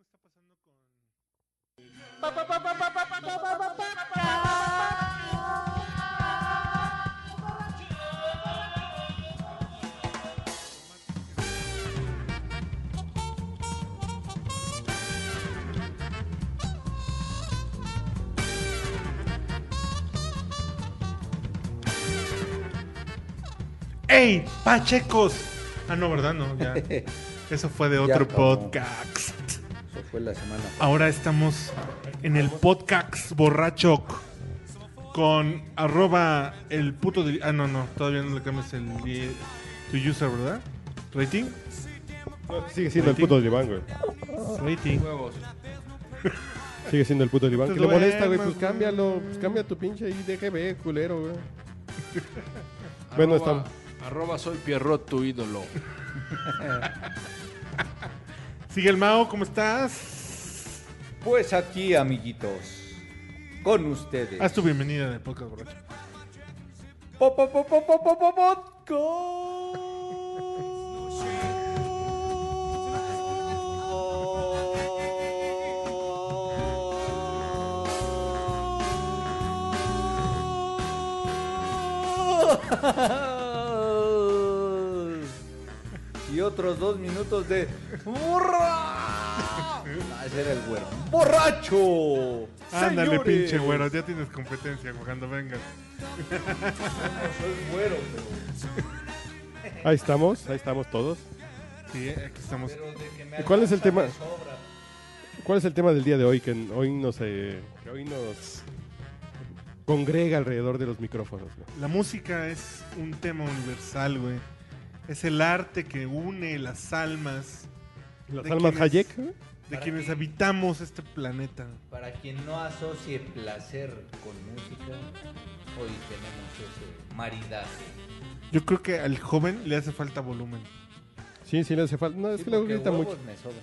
está pasando con. ¡Ey, Pachecos! Ah, no, ¿verdad? No, ya. Eso fue de otro acabó. podcast. Eso fue la semana. Ahora estamos en el podcast borracho con arroba el puto... del- Ah, no, no, todavía no le cambias el di- tu user, ¿verdad? ¿Rating? Sigue siendo el puto Iván, güey. Oh. Rating. Huevos. Sigue siendo el puto Iván. Te Que le molesta, güey. duermas, Pues güey. cámbialo. Pues cambia tu pinche IDGB, culero, güey. Bueno, Arroba- estamos. Arroba soy Pierrot, tu ídolo. Sigue el Mao, ¿cómo estás? Pues aquí, amiguitos, con ustedes. Haz tu bienvenida del podcast borracho. Po, po, po, po, po, po, po, podcast. Y otros dos minutos de... ¡Burra! Ah, Ese era el güero. ¡Borracho! Ándale, señores. pinche güero, ya tienes competencia cuando vengas. Soy güero, pero... Ahí estamos. Ahí estamos todos. Sí, aquí estamos. ¿Y cuál es el tema? ¿Cuál es el tema del día de hoy? Que n- hoy nos, eh, que hoy nos congrega alrededor de los micrófonos, güey. La música es un tema universal, güey. Es el arte que une las almas Las ¿De almas quién es? Hayek. güey. de ¿Para quienes qué? habitamos este planeta. Para quien no asocie placer con música, hoy tenemos ese maridaje. Yo creo que al joven le hace falta volumen. Sí, sí, le hace falta. No, es Sí, que luego porque grita huevos mucho. me sobran.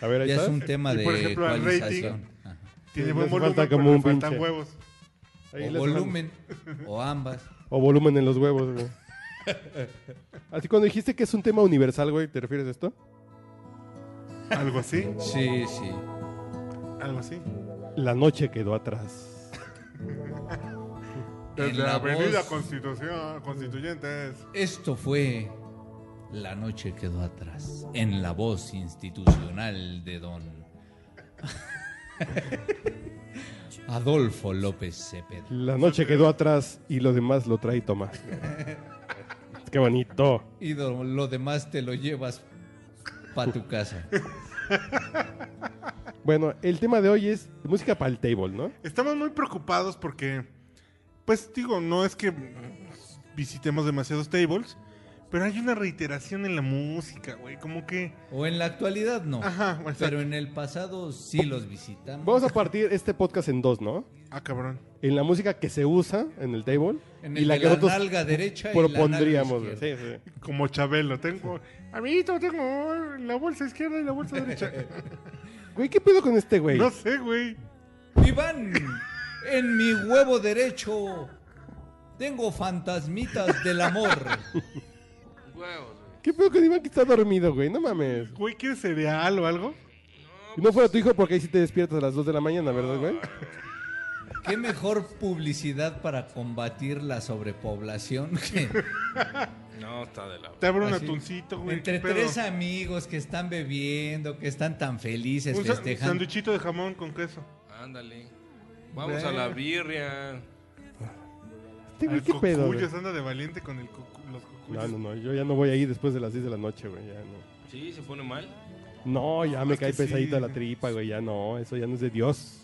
A ver, ahí Ya es está. un tema Y, de por ejemplo, al ecualización. Ajá. Tiene Sí, buen le hace volumen, falta pero como le un faltan pinche. huevos. O Ahí le hace falta. volumen, o ambas. O volumen en los huevos, güey. Así cuando dijiste que es un tema universal, güey, ¿te refieres a esto? Algo así, Sí, sí. algo así. La noche quedó atrás. Desde En la, la avenida voz. Constitución, Constituyentes. Esto fue La noche quedó atrás. En la voz institucional de don Adolfo López Cepeda. La noche quedó atrás y lo demás lo trae Tomás. Qué bonito. Y do- lo demás te lo llevas para tu casa. Bueno, el tema de hoy es música para el table, ¿no? Estamos muy preocupados porque, pues digo, no es que visitemos demasiados tables, pero hay una reiteración en la música, güey. Como que... O en la actualidad no. Ajá, exacto. pero en el pasado sí los visitamos. Vamos a partir este podcast en dos, ¿no? Ah, cabrón. En la música que se usa en el table en y el la de que nosotros nalga derecha y la nalga propondríamos. güey. izquierda. Sí, sí. Como Chabelo, tengo... Amiguito, tengo la bolsa izquierda y la bolsa derecha. Güey, ¿qué pedo con este güey? no sé, güey. Iván, en mi huevo derecho tengo fantasmitas del amor. Huevos, güey. ¿Qué pedo con Iván que está dormido, güey? No mames. Güey, ¿quieres cereal o algo? Y no fuera tu hijo porque ahí sí te despiertas a las 2 de la mañana, ¿verdad, güey? Ah, Qué mejor publicidad para combatir la sobrepoblación que No, está de la. Te abro un Así. atuncito, güey. entre ¿qué pedo? tres amigos que están bebiendo, que están tan felices, Un sa- festejando. sanduchito de jamón con queso. Ándale. Vamos a la birria. Este güey, Al ¿qué pedo, güey? cocuyos, anda de valiente con el cocu- los No, cocuyos. no, no, yo ya no voy ahí después de las 10 de la noche, güey, ya no. Sí, se pone mal. No, ya me es cae que sí. pesadita la tripa, güey, ya no, eso ya no es de Dios.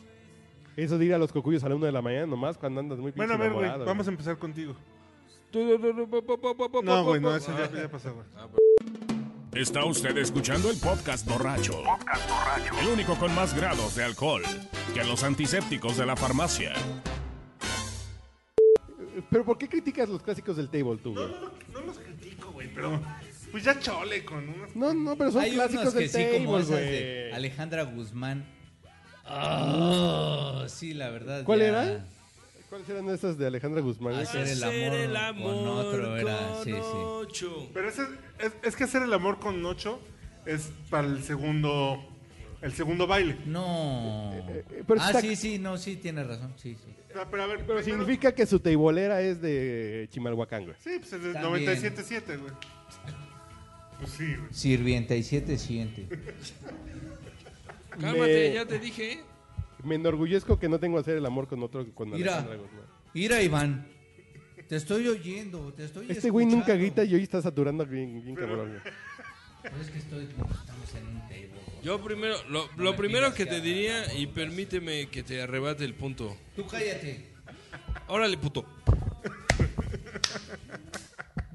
Eso de ir a los cocuyos a la 1 de la mañana nomás cuando andas muy Bueno, a pinche ver, güey, enamorado, vamos a empezar contigo. No, No, güey, no, eso ya, Ah. ya pasó, güey. Está usted escuchando el podcast borracho. El único con más grados de alcohol que los antisépticos de la farmacia. em- Pero ¿por qué criticas los clásicos del table, tú, güey? No los critico, güey, pero... Pues ya chole con unas... No, no, pero son Hay unos clásicos que del sí, como table, esas de güey. Alejandra Guzmán. Ah, sí, la verdad. ¿Cuál ya. era? ¿Cuáles eran esas de Alejandra Guzmán? güey? Hacer el amor, con otro era, sí, sí. Ocho. Pero ese- es, es que hacer el amor con Nocho es para el segundo, el segundo baile. No. eh, pero ah, está- sí, sí, no, sí, tiene razón. Sí, sí. Ah, Pero a ver, Pero primero- significa que su teibolera es de Chimalhuacán, güey. Sí, pues es de También. 97.7, güey. Pues sí, güey. Sirvienta y siete siente. Cálmate, Me- ya te dije. ¿eh? Me enorgullezco que no tengo que hacer el amor con otro con Mira. Alejandra Guzmán. Mira, Iván. Te estoy oyendo, te estoy Este güey nunca grita escuchando. y hoy está saturando bien, bien cabrón. güey. Pero es que estoy, estamos en un table. Yo primero, lo, lo primero que te diría, y permíteme que te arrebate el punto. Tú cállate. Órale, puto.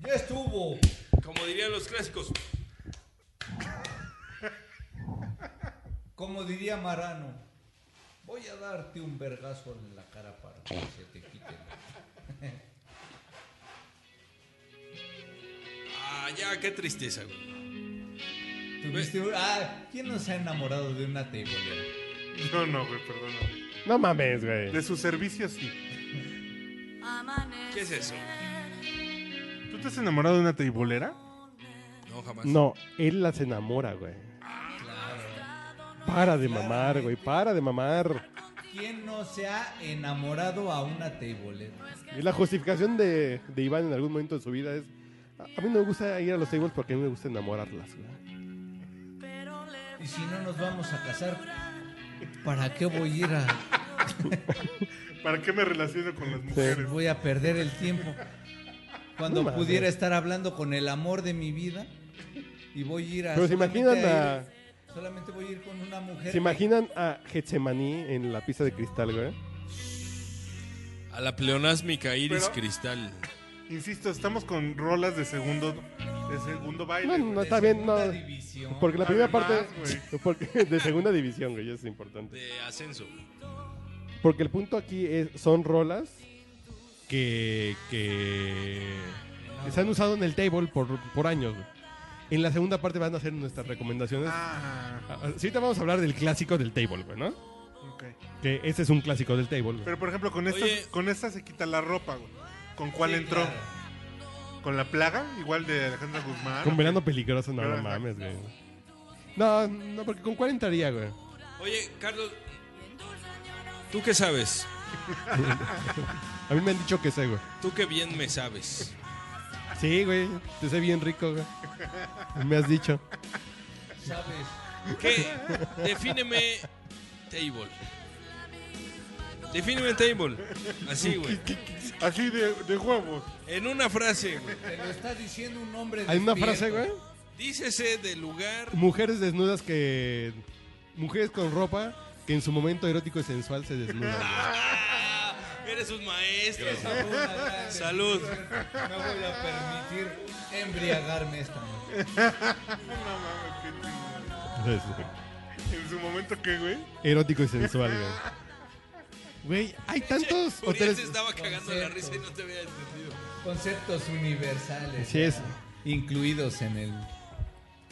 Ya estuvo. Como dirían los clásicos. Como diría Marano, voy a darte un vergazo en la cara para que se te quite. la- Ah, ya, qué tristeza, güey. ¿Tuviste un- Ah, ¿quién no se ha enamorado de una teibolera? No, no, güey, perdóname. No mames, güey. De su servicio sí. ¿Qué es eso? ¿Tú te has enamorado de una teibolera? No, jamás. No, él las enamora, güey. Para de mamar, güey. Para de mamar. ¿Quién no se ha enamorado a una teibolera? Y la justificación de, de Iván en algún momento de su vida es: A a mí no me gusta ir a los tables porque a mí me gusta enamorarlas, güey. Y si no nos vamos a casar, ¿para qué voy a ir a... ¿Para qué me relaciono con las mujeres? Voy a perder el tiempo. Cuando No mames. pudiera estar hablando con el amor de mi vida y voy a ir a... Pero se solamente imaginan a ir- Solamente voy a ir con una mujer. ¿Se imaginan a Getsemaní en la pista de cristal, güey? A la pleonásmica Iris Pero- Cristal. Insisto, estamos con rolas de segundo, de segundo No, baile. no, güey. está bien, no. Segunda división. Porque la primera Además, parte. Porque, de segunda división, güey, eso es importante. De ascenso. Porque el punto aquí es, son rolas que, que se han usado en el table por, por años. güey. En la segunda parte van a ser nuestras recomendaciones. Ah, Ah, ah, Ahorita vamos a hablar del clásico del table, güey, ¿no? ok. Que ese es un clásico del table. güey. Pero por ejemplo, con esta, Oye. con esta se quita la ropa, güey. ¿Con cuál Sí, entró? claro. ¿Con la plaga? Igual de Alejandra Guzmán. Con verano peligroso, no, ah, eh, Pero- ah, no mames, güey. No, no, porque ¿con cuál entraría, güey? Oye, Carlos, ¿tú qué sabes? A mí me han dicho que sé, güey. Tú qué bien me sabes. Sí, güey, te sé bien rico, güey. Me has dicho. ¿Sabes? ¿Qué? Defíneme table. Defíneme table. Así, güey. Así de, de huevos. En una frase, güey. Te lo está diciendo un hombre Hay una despierto. frase, güey. Dícese de lugar. Mujeres desnudas que. Mujeres con ropa que en su momento erótico y sensual se desnudan. güey. Ah, eres un maestro. Una gran Salud. definición. No voy a permitir embriagarme esta noche. No mames, qué chingón. Entonces, güey, En su momento, ¿qué, güey? erótico y sensual, güey. Güey, hay tantos Uriel hoteles. se estaba cagando de la risa y Concepto. no te había entendido. Conceptos universales. Sí es. Incluidos en el.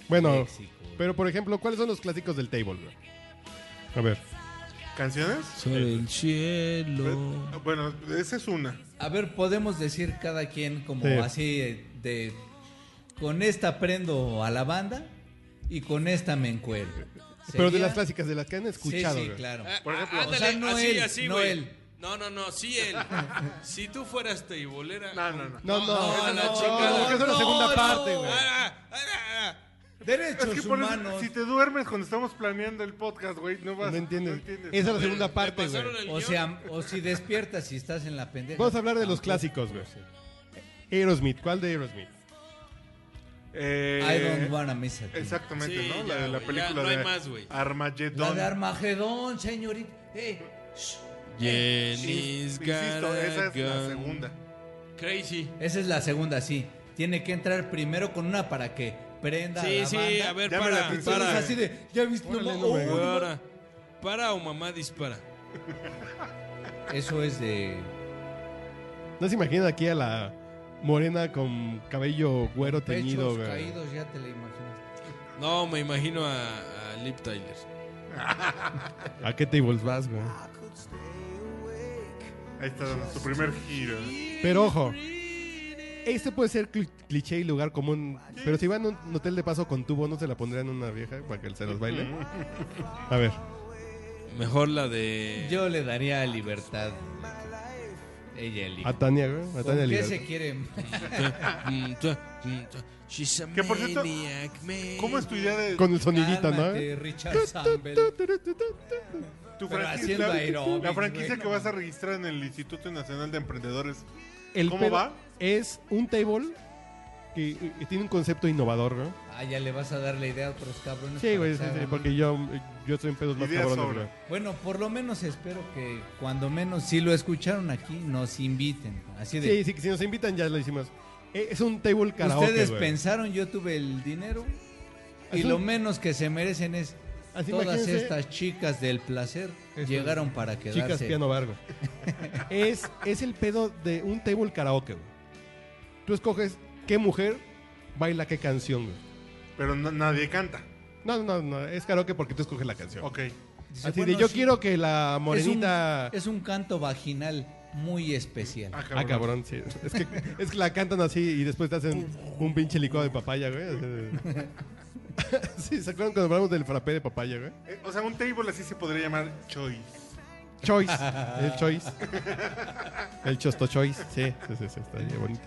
Bueno, Léxico. pero por ejemplo, ¿cuáles son los clásicos del table, güey? A ver. ¿Canciones? Sobre el cielo. Ah, Bueno, esa es una. A ver, podemos decir cada quien como Sí. así eh, de. Con esta prendo a la banda y con esta me encuentro. Pero de ¿Sería? las clásicas, de las que han escuchado, Sí, sí, güey. claro. Por ejemplo. O sea, no Ah, así, él, así, no güey. él. No, no, no, sí él. si tú fueras teibolera. No, no, no. No, no, No, no, la no, chica- no, esa es la no, segunda no. parte, güey. Ah, ah, ah, ah. Derechos Es que por eso, humanos. si te duermes cuando estamos planeando el podcast, güey, no vas. No entiendes. no entiendes. Esa es la Pero segunda me Pues parte, pasaron güey. el O guión. sea, o si despiertas y estás en la pendeja. Vamos a hablar de los Tampoco. clásicos, güey. Aerosmith, ¿cuál de Aerosmith? Eh, I don't wanna miss a thing. Exactamente, Sí, ¿no? ya, la de la güey, película ya, no hay de más, güey. La Armagedón. de Armagedón, señorita. Eh, Jenny's Insisto, got esa a es la gun. segunda. Crazy. esa es la segunda, sí. Tiene que entrar primero con una para que prenda a Sí, la sí, banda. a ver, Ya me la para, pensé, Pero es para. así de, ya viste, no, Órale, ma- no, oh, güey. no, ma- Ahora, para o mamá dispara. Eso es de No se imaginan aquí a la morena con cabello güero teñido, pechos güey. caídos, ya te la imaginas. No, me imagino a, a Lip Tyler. ¿A qué tables vas, güey? Ahí está dando su primer giro. Pero ojo, Este puede ser cli- cliché y lugar común, pero si van a un un hotel de paso con tubo, ¿no se la pondrían a una vieja para que se los baile? A ver, Mejor la de. Yo le daría libertad. Ella elige. a Tania, güey, a ¿Con Tania ¿Qué Ligar. se quiere? Mm, tu- mm, tu- She's a Que por cierto, maniac, man. ¿Cómo es tu idea de Con el sonidito, ¿no? Cálmate, Richard Sambel. tu Pero franquicia? haciendo aeróbics, La franquicia güey. que vas a registrar en el Instituto Nacional de Emprendedores. El ¿Cómo pedo va? Es un table que, que tiene un concepto innovador, ¿no? Ah, ya le vas a dar la idea a otros cabrones. Sí, güey, sí, para que sí, hagan. porque yo, yo estoy en pedos más Ideas cabrones, sobre. güey. Bueno, por lo menos espero que cuando menos, si lo escucharon aquí, nos inviten. Así de. Sí, sí, si nos invitan ya lo hicimos. Eh, Es un table karaoke, Ustedes güey. pensaron, yo tuve el dinero y Así- lo menos que se merecen es Así todas imagínense- estas chicas del placer llegaron para quedarse. Chicas piano bar, güey. es, es el pedo de un table karaoke, güey. Tú escoges qué mujer baila qué canción, güey. Pero no- nadie canta. No, no, no, es karaoke porque tú escoges la canción. Ok. Dice, Así bueno, de, yo sí, quiero que la es un, morenita... es un canto vaginal muy especial. Ah, Ah, cabrón, sí. Es que, es que la cantan así y después te hacen un pinche licuado de papaya, güey. Así de- sí, ¿se acuerdan cuando hablamos del frappé de papaya, güey? Eh, O sea, un table así se podría llamar choice. Choice. El choice. El chosto choice. Sí, sí, sí, sí, está bien bonita.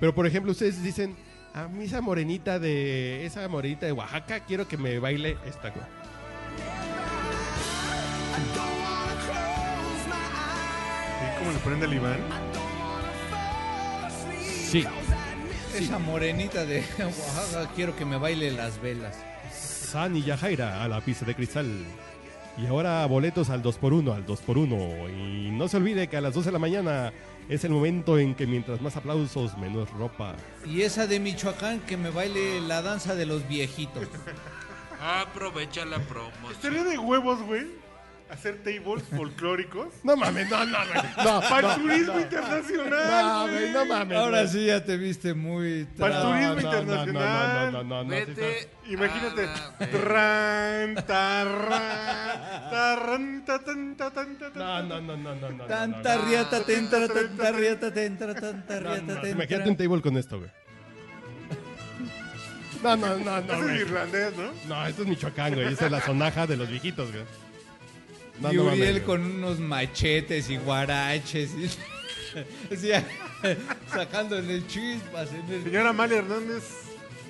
Pero por ejemplo, ustedes dicen, a mí esa morenita de. Esa morenita de Oaxaca, quiero que me baile esta, güey. ¿Sí? ¿Cómo le prende al Iván? Sí. Esa morenita de Oaxaca, quiero que me baile las velas. San y Yajaira a la pista de cristal. Y ahora boletos al 2x1, al 2x1. Y no se olvide que a las 12 de la mañana es el momento en que mientras más aplausos, menos ropa. Y esa de Michoacán, que me baile la danza de los viejitos. Aprovecha la promoción. Sería de huevos, güey. Hacer tables folclóricos. No mames, no, no, no. No, Para el turismo internacional. güey. no mames. Ahora sí ya te viste muy... Para el tra- turismo no, no, no, internacional. No, no, no, no, no, sí, Este- Vete. Imagínate. Ah, a la Tran, tarran, tarran, ta, tan, ta, tan, ta, tan. No, no, no, no, no, no, no. Tanta no, riata te entra, tanta riata te entra, tanta no, no, riata no. te entra. Imagínate un table con esto, güey. No, no, no, no. Ese güey. es irlandés, ¿no? No, esto es Michoacán, güey. Esa es la sonaja de los viejitos, güey. No, y no mames, Uriel güey. con unos machetes y guaraches. y- o sea, sacándole chispas. En el... Señora Amalia Hernández,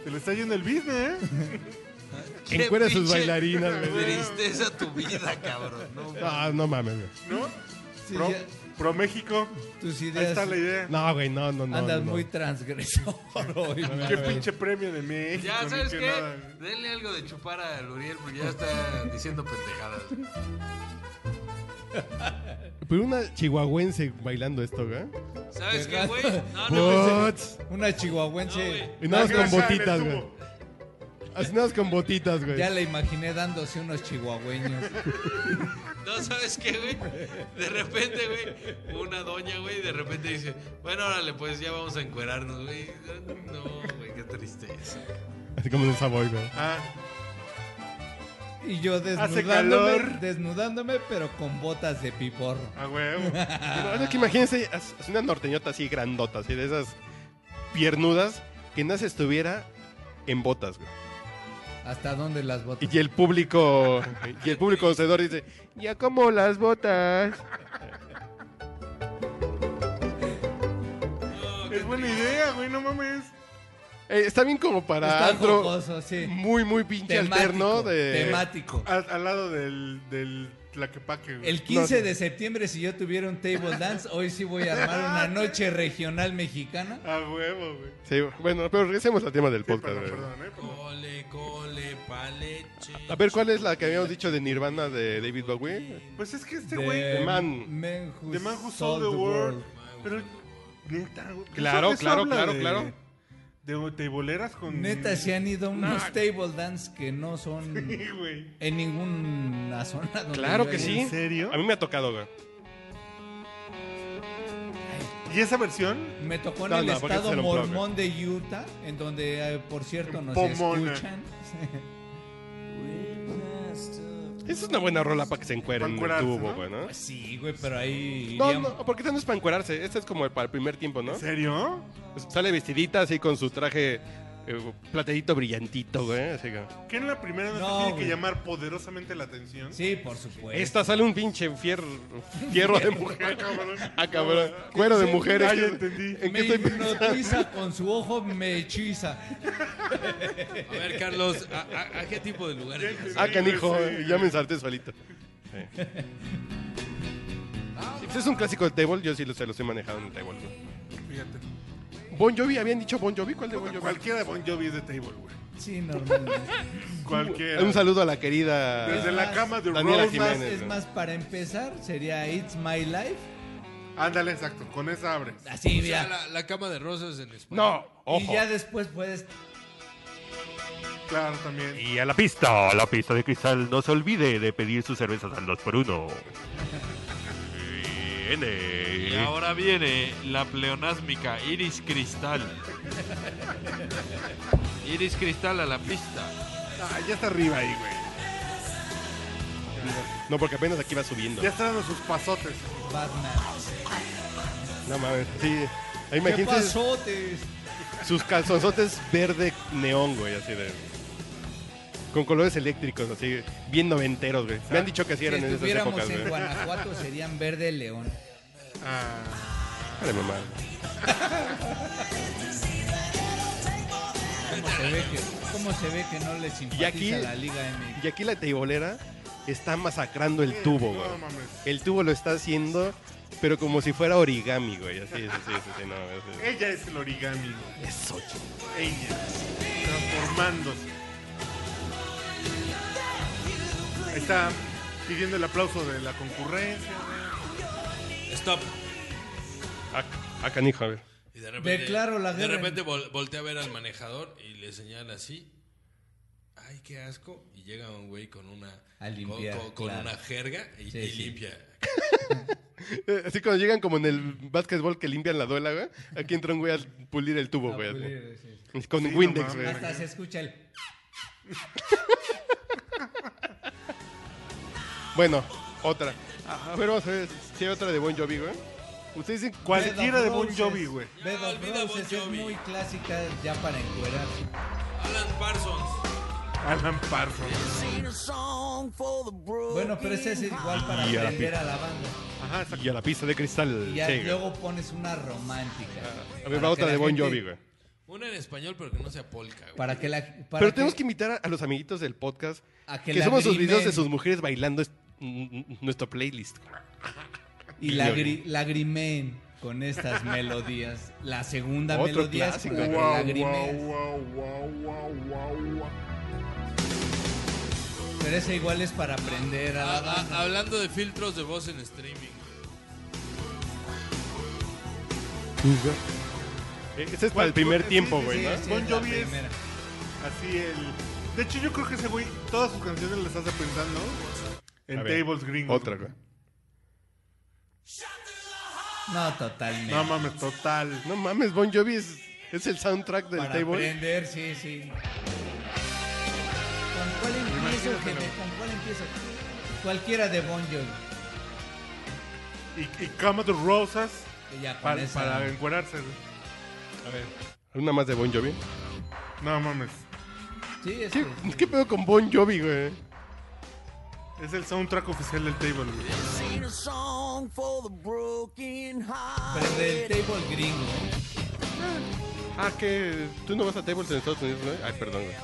se le está yendo el business, ¿eh? Encuera a sus pinche bailarinas, güey. Tristeza tu vida, cabrón. No, No, no mames, güey. ¿No? Sí, pro, ya, pro México. tus Ahí ideas está la idea. No, güey, no, no, no. andas no, no. muy transgresor hoy. Qué pinche premio de México. Ya, ni ¿sabes que qué? nada. Denle algo de chupar al Uriel, porque ya está diciendo pendejadas. Pero una chihuahuense bailando esto, güey. ¿Sabes qué, güey? Ah, No, no, What? Una chihuahuense. güey. Y nada más con Gracias, botitas, estuvo. güey. Así nada más con botitas, güey. Ya la imaginé dándose unos chihuahueños. No, ¿sabes qué, güey? De repente, güey, una doña, güey, de repente dice, bueno, órale, pues ya vamos a encuerarnos, güey. No, güey, qué tristeza. Así como en un Savoy, güey. Ah, Y yo desnudándome, calor. desnudándome, pero con botas de piporro. a huevo. Ah. Pero ahora que imagínense, es es una norteñota así grandota, así de esas piernudas que no se estuviera en botas, güey. ¿Hasta dónde las botas? Y el público, y el público conocedor dice, ya como las botas. Es buena idea, güey, no mames. Eh, está bien como para Está antro jocoso, sí. muy, muy pinche alterno Temático. de... Temático. Al, al lado del, del Tlaquepaque, güey. El 15 de septiembre, si yo tuviera un table dance, hoy sí voy a armar una noche regional mexicana. A huevo, güey. Sí, bueno, pero regresemos al tema del Sí, podcast. perdón, güey. perdón, eh, perdón. Cole, cole, paleche. A ver, ¿cuál es la que habíamos dicho de Nirvana de David Bowie? Pues es que este De güey. The Man. Men Who The Man Who Sold Sold the World. Pero, neta, güey, Claro, eso claro, habla claro, de- claro. De teiboleras con. Neta, se han ido unos table dance que no son Sí, güey. en ninguna zona. donde Claro yo que he sí. ¿En serio? A mí me ha tocado, güey. ¿Y esa versión? ido. Me tocó en No, el no, porque estado se lo prohíbe. mormón de Utah, en donde, eh, por cierto, nos Pomona. escuchan. Es una buena rola para que se encueren en el Para encuerarse, tubo, ¿no? güey, ¿no? Pues sí, güey, pero ahí. No, iríamos- no, porque esta no es para encuerarse. Esta es como el- para el primer tiempo, ¿no? ¿En serio? Pues sale vestidita así con su traje eh, plateadito brillantito, güey. así que- ¿Qué en la primera no, No, te tiene güey. que llamar poderosamente la atención? Sí, por supuesto. Esta sale un pinche fier- fierro de mujer. Cabrón. Ah, cabrón. Cuero de mujer. Ah, ya entendí. Me ¿En qué estoy pensando? hipnotiza con su ojo, me hechiza. A ver, Carlos, ¿a, a- a qué tipo de lugares? vas? Ah, canijo, ya me ensarté solito. Sí. Sí, pues es un clásico del table, yo sí lo, se los he manejado en el table. ¿no? Fíjate. Bon Jovi, habían dicho Bon Jovi, ¿cuál de Bon Jovi? Cualquiera de Bon Jovi es de table, güey. Sí, normalmente. Cualquiera. Un saludo a la querida. Desde Es la más, cama de Daniela Rose. Es más, Jiménez, es ¿no? más, para empezar, sería It's My Life. Ándale, exacto. Con esa abres. Así, O sea, mira. la, la cama de rosas en España. No, Y ojo. ya después puedes. Claro, también. Y a la pista, a la pista de cristal, no se olvide de pedir sus cervezas al 2x1. Y ahora viene la pleonásmica Iris Cristal. Iris Cristal a la pista. Ah, ya está arriba ahí, güey. No, porque apenas aquí va subiendo. Ya está dando sus pasotes. Batman. No mames, sí. Ahí ¿Qué Imagínense pasó? Te- sus calzonzotes verde neón, güey, así de. Con colores eléctricos, así, bien noventeros, güey. Me han dicho que así Si eran en esas estuviéramos épocas, güey. en Guanajuato, serían Verde León. Ah, Dale, mamá. ¿Cómo se ve que, cómo se ve que no les Y simpatiza aquí- la Liga MX? Y aquí la teibolera está masacrando el tubo, güey. No mames. El tubo lo está haciendo, pero como si fuera origami, güey. Así, así, así, así, no, así. Ella es el origami, güey. Eso, chico. Ella. Transformándose. Ahí está pidiendo el aplauso de la concurrencia. Stop. Ah, ah, canijo, a ver. Y de repente, Declaro la guerra. De repente vol- voltea a ver al manejador y le señala así. Ay, qué asco. Y llega un güey con una, A limpiar, con, con claro. una jerga y, Sí, y sí. limpia. Eh, Así cuando llegan como en el básquetbol que limpian la duela, güey. Aquí entra un güey a pulir el tubo, Ah, güey. así. pulir, sí. Con Sí, no Windex, mames. güey. Hasta se escucha el. Bueno, otra. A a ver, vamos a ver si hay otra de Bon Jovi, güey. Ustedes dicen, Cualquiera Bed de of Bon Roses. Jovi, güey. Bed of No, olvida Bon Roses es Jovi. muy clásica ya para encuerar. Alan Parsons. Alan Parsons. Bueno, pero ese es igual para Y a la aprender a la banda. Ajá, exacto. y a la pista de cristal. Y ya sí, güey. Ah, luego pones una romántica. a ver, Para va que otra la de Bon gente- Jovi, güey. Una en español, pero que no sea polka. güey. Para que la. para Pero tenemos que invitar a, a los amiguitos del podcast A que que, la somos sus videos de grimen. sus mujeres bailando es- n- n- nuestro playlist. güey. Y lagri- lagrimeen con estas melodías. La segunda Otro melodía clásico. es con la que Wow, lagrimeas. wow, wow, wow, wow, wow. Pero esa igual es para aprender a la Ah, banda. ah, hablando de filtros de voz en streaming. Eh, Este es para el primer sí, tiempo, ah. sí, güey, sí, ¿no? Bon es la Jovi es- primera. Así el. De hecho, yo creo que ese güey, todas sus canciones las hace pensando en A ver, tables gringos. Otra, güey. No, totalmente. No mames, total. No mames, Bon Jovi es, es el soundtrack del para table. aprender, sí, sí. ¿Con cuál empiezo, Imagínatelo. jefe? ¿Con cuál empiezo? Cualquiera de Bon Jovi. Y, y Cama de Rosas que ya con para, esa- para encuerarse. güey. ¿Alguna más de Bon Jovi? No mames. Sí, es ¿Qué, que- ¿Qué pedo con Bon Jovi, güey? Es el soundtrack oficial del table, güey. Pero del table gringo. Ah, que tú no vas a tables en Estados Unidos, ¿no? Ay, perdón, güey.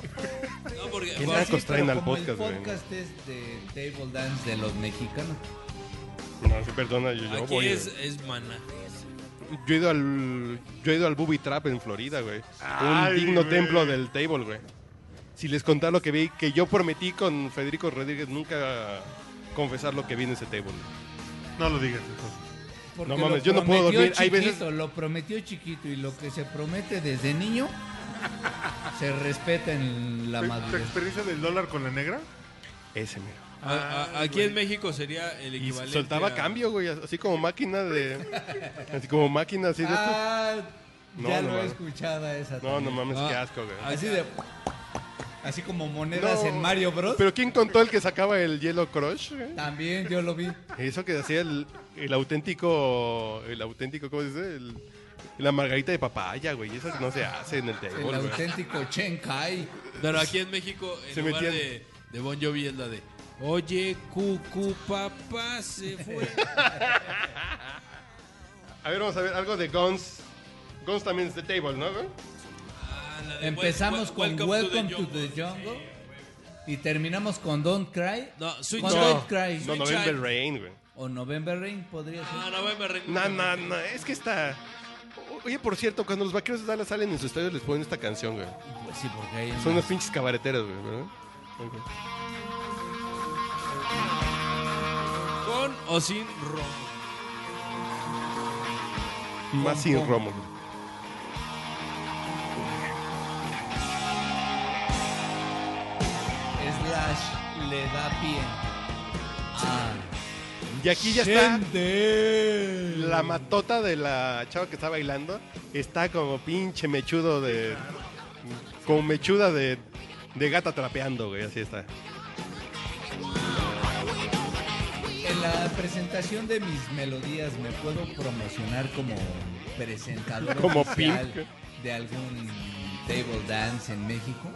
No, porque ¿Quién porque- nacos Sí, pero traen al como podcast, güey. El podcast es de table dance de los mexicanos. No, sí, perdona, yo, yo aquí voy. es, güey. es mana. Yo he ido al yo he ido al Booby Trap en Florida, güey. Ay, Un digno güey. templo del table, güey. Si les contara lo que vi, que yo prometí con Federico Rodríguez nunca confesar lo que vi en ese table. No lo digas, hijo. Porque No lo mames, yo no puedo prometió dormir. Hay chiquito, veces- Lo prometió chiquito y lo que se promete desde niño se respeta en la ¿Tu- ¿Tu madurez. experiencia del dólar con la negra? Ese, mira. A- a- aquí en México sería el Y equivalente. soltaba a- cambio, güey, así como máquina de así como máquina así de esto. Ah, No, ya no lo he mames. escuchado a esa. No, no también. mames, Ah. qué asco, güey. Así de. Así como monedas No, en Mario Bros. ¿Pero quién contó el que sacaba el hielo crush? eh? También yo lo vi. Eso que hacía el, el auténtico, el auténtico, ¿cómo se dice? El- la margarita de papaya, güey. Eso no se hace en el table, El güey. auténtico Chen Kai. Pero aquí en México, en Se lugar metían- de, de Bon Jovi, es la de Oye, cucu, papá se fue. A ver, vamos a ver algo de Guns. Guns también es de table, ¿no? güey? Ah, la de Empezamos Wel- con Welcome, to, the Jungle. Jungle. Y terminamos con Don't Cry. No, Sweet con Child. Don't Cry. No, November Rain, güey. O November Rain podría ser. Ah, no, güey, me arreglo. No, no, no. Es que está. Oye, por cierto, cuando los vaqueros de Dallas salen en sus estadios les ponen esta canción, güey. Pues sí, porque ahí Son no. unos pinches cabareteros, güey, ¿verdad? Con o sin rock. Más sin romo. güey. Slash le da pie. Ah, Y aquí ya está Gente. la matota de la chava que está bailando. Está como pinche mechudo de. Como mechuda de, de gata trapeando, güey. Así está. En la presentación de mis melodías me puedo promocionar como presentador Como oficial Pink. de algún table dance en México.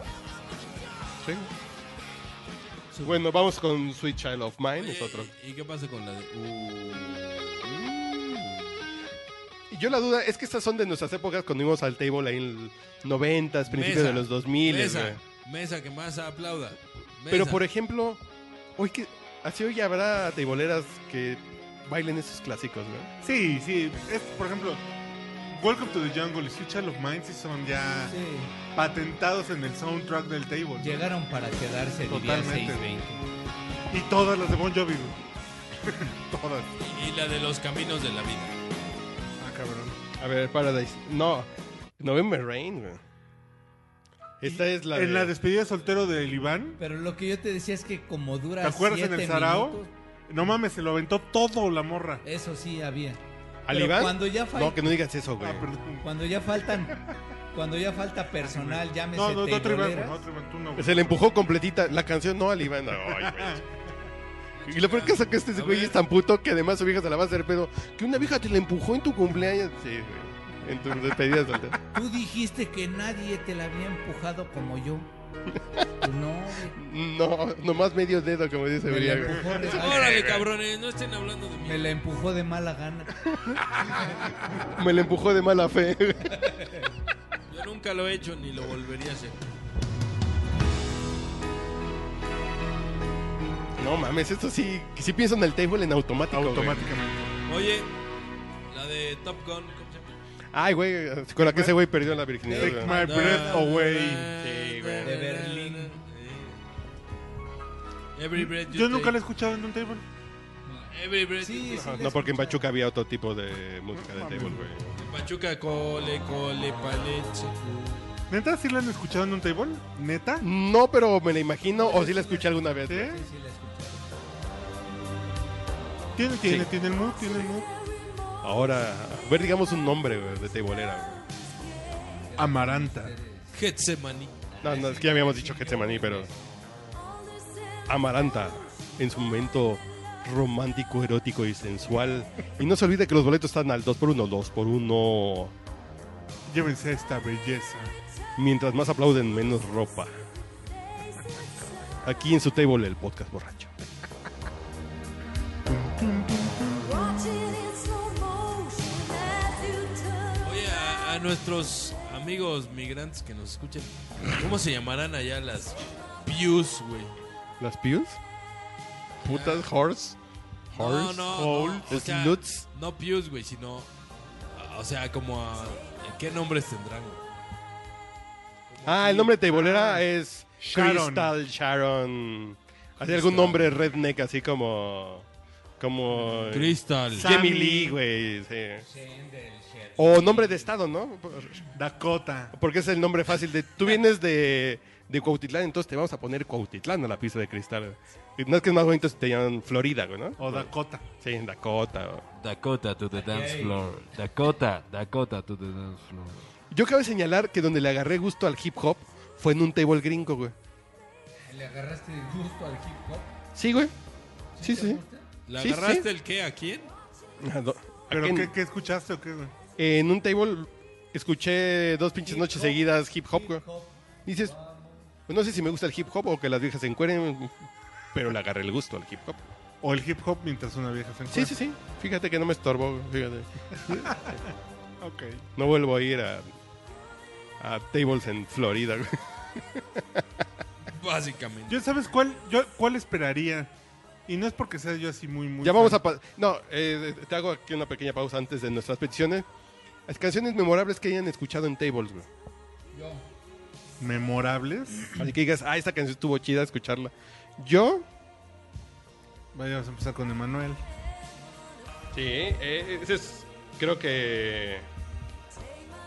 Bueno, vamos con Sweet Child of Mine, es Oye, otro. ¿Y y qué pasa con la de uh, Y Yo la duda es que estas son de nuestras épocas cuando íbamos al table ahí en los 90, principios Mesa. de los 2000. Mesa, güey. mesa que más aplauda. Pero Mesa. por ejemplo, hoy que así hoy habrá teiboleras que bailen esos clásicos, ¿no? Sí, sí. Es, por ejemplo, Welcome to the Jungle y Sweet Child of Mine sí son ya Sí, patentados en el soundtrack del table. llegaron para quedarse diría Totalmente. 620. Y todas las de Bon Jovi, güey. todas. Y la de los caminos de la vida. Ah, cabrón. A ver, Paradise. No, November Rain, güey. Esta es la, En de- la despedida de soltero del Iván, Pero lo que yo te decía es que como dura ¿te acuerdas en siete el Sarao? minutos, No mames, se lo aventó todo la morra. eso sí había. ¿Al Pero Iván? Cuando ya, fal- No, que no digas eso, güey. Ah, perdón. cuando ya faltan, cuando ya falta personal, llámese No, no, no, otro Iván, teiboleras. no, otro Iván, tú no. güey. Se le empujó completita la canción, no al Iván. Ay, güey. Y lo peor que es que este güey es tan puto que además su vieja se la va a hacer pedo. Que una vieja te la empujó en tu cumpleaños. Sí, güey. En tu despedida soltero. Tú dijiste que nadie te la había empujado como yo. Pues no, güey. No, nomás medio dedo, como dice me la Briago. empujó de, Órale, cabrones, no estén hablando de mí. me la empujó de mala gana. Me la empujó de mala fe. güey. Yo nunca lo he hecho ni lo volvería a hacer. No mames, esto sí, que sí pienso en el table en automático. güey. Automáticamente. Oye, la de Top Gun. ¿cómo se llama? Ay, güey, con la que ese güey perdió la virginidad. Take güey. my breath away. Sí, güey. De Berlín. Sí. Every breath you Yo nunca take. la he escuchado en un table. Every breath Sí, you sí. Ajá, la No, porque en escuchaba. Pachuca había otro tipo de música de No table, mames. güey. take. Pachuca, cole, cole, paleche. ¿Neta sí la han escuchado en un table? ¿Neta? No, pero me la imagino, o sí la escuché alguna vez. ¿Sí? güey. Sí, la escuché. Tiene, tiene, tiene el mood, tiene el mood. Ahora, a ver, digamos un nombre, güey, de tableera. Amaranta. Getsemani. güey. No, no, es que ya habíamos dicho Getsemaní, pero. Amaranta, en su momento romántico, erótico y sensual. Y no se olvide que los boletos están al 2x1, 2x1. Llévense esta belleza. Mientras más aplauden, menos ropa. Aquí en su table, el podcast borracho. Oye, a, a nuestros amigos migrantes que nos escuchan, ¿cómo se llamarán allá las views, güey? ¿Las pius? Putas, horse. No, Horse. no, hole, no, o sea, sluts. No views, güey, sino, ah, o sea, como a, ¿qué nombres tendrán? güey? Ah, el nombre de tableera es Sharon. Crystal Sharon. Así algún nombre redneck, así como. Como. eh, Crystal. Jamie Sammy. Lee, güey. sí. Chen del Sher- O nombre de estado, ¿no? Dakota. Porque es el nombre fácil de. Tú vienes de, de Cuautitlán, entonces te vamos a poner Cuautitlán a la pista de cristal. Y No es que es más bonito si te llaman Florida, güey, ¿no? O Dakota. Sí, en Dakota. o- Dakota to the dance floor. Dakota, Dakota to the dance floor. Yo cabe señalar que donde le agarré gusto al hip hop fue en un table gringo, güey. ¿Le agarraste el gusto al hip hop? Sí, güey. Sí, sí. ¿Le Sí, agarraste sí. el qué a quién? No, ¿Pero en, qué, qué escuchaste o qué, güey? en un table escuché dos pinches noches seguidas hip hop, güey. Dices, pues no sé si me gusta el hip hop o que las viejas se encueren, pero le agarré el gusto al hip hop. O el hip hop mientras una vieja se encuentra. Sí, sí, sí. Fíjate que no me estorbo, güey, fíjate. Ok. No vuelvo a ir a, a tables en Florida, güey. Básicamente. Yo, ¿sabes cuál, yo, cuál esperaría? Y no es porque sea yo así muy, muy... Ya vamos fan. a... pa- No, eh, te hago aquí una pequeña pausa antes de nuestras peticiones. Las canciones memorables que hayan escuchado en tables, güey. ¿Memorables? Así que digas, ah, esta canción estuvo chida escucharla. Yo... Vayamos a empezar con Emanuel. Sí, eh, ese es... Creo que...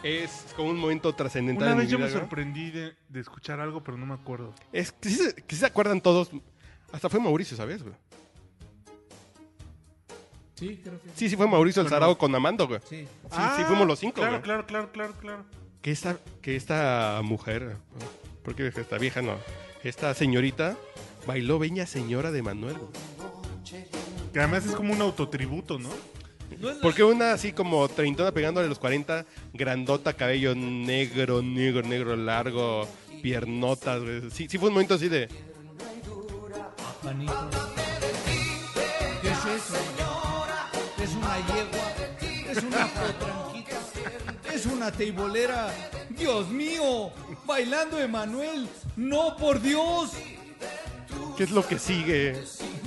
Es como un momento trascendental Una en vez mi yo me vida, güey. sorprendí de, de escuchar algo, pero no me acuerdo. Es que sí, se- que sí se acuerdan todos. Hasta fue Mauricio, ¿sabes, güey? Sí, creo que Sí, sí fue Mauricio el Bueno. Sarao con Amando, güey. Sí, sí. sí fuimos los cinco, Claro, güey. Ah, claro, claro, claro, claro. que esta, que esta mujer, porque esta vieja no, esta señorita bailó Veña Señora de Manuel. güey. Que además es como un autotributo, ¿no? Porque una así como treintona pegándole los 40, grandota, cabello negro, negro, negro, largo, piernotas. güey. Sí, sí fue un momento así de... Manito. ¿Qué es eso? Es una yegua, es una potranquita, es una teibolera. Dios mío, bailando Emanuel, no por Dios. ¿Qué es lo que sigue?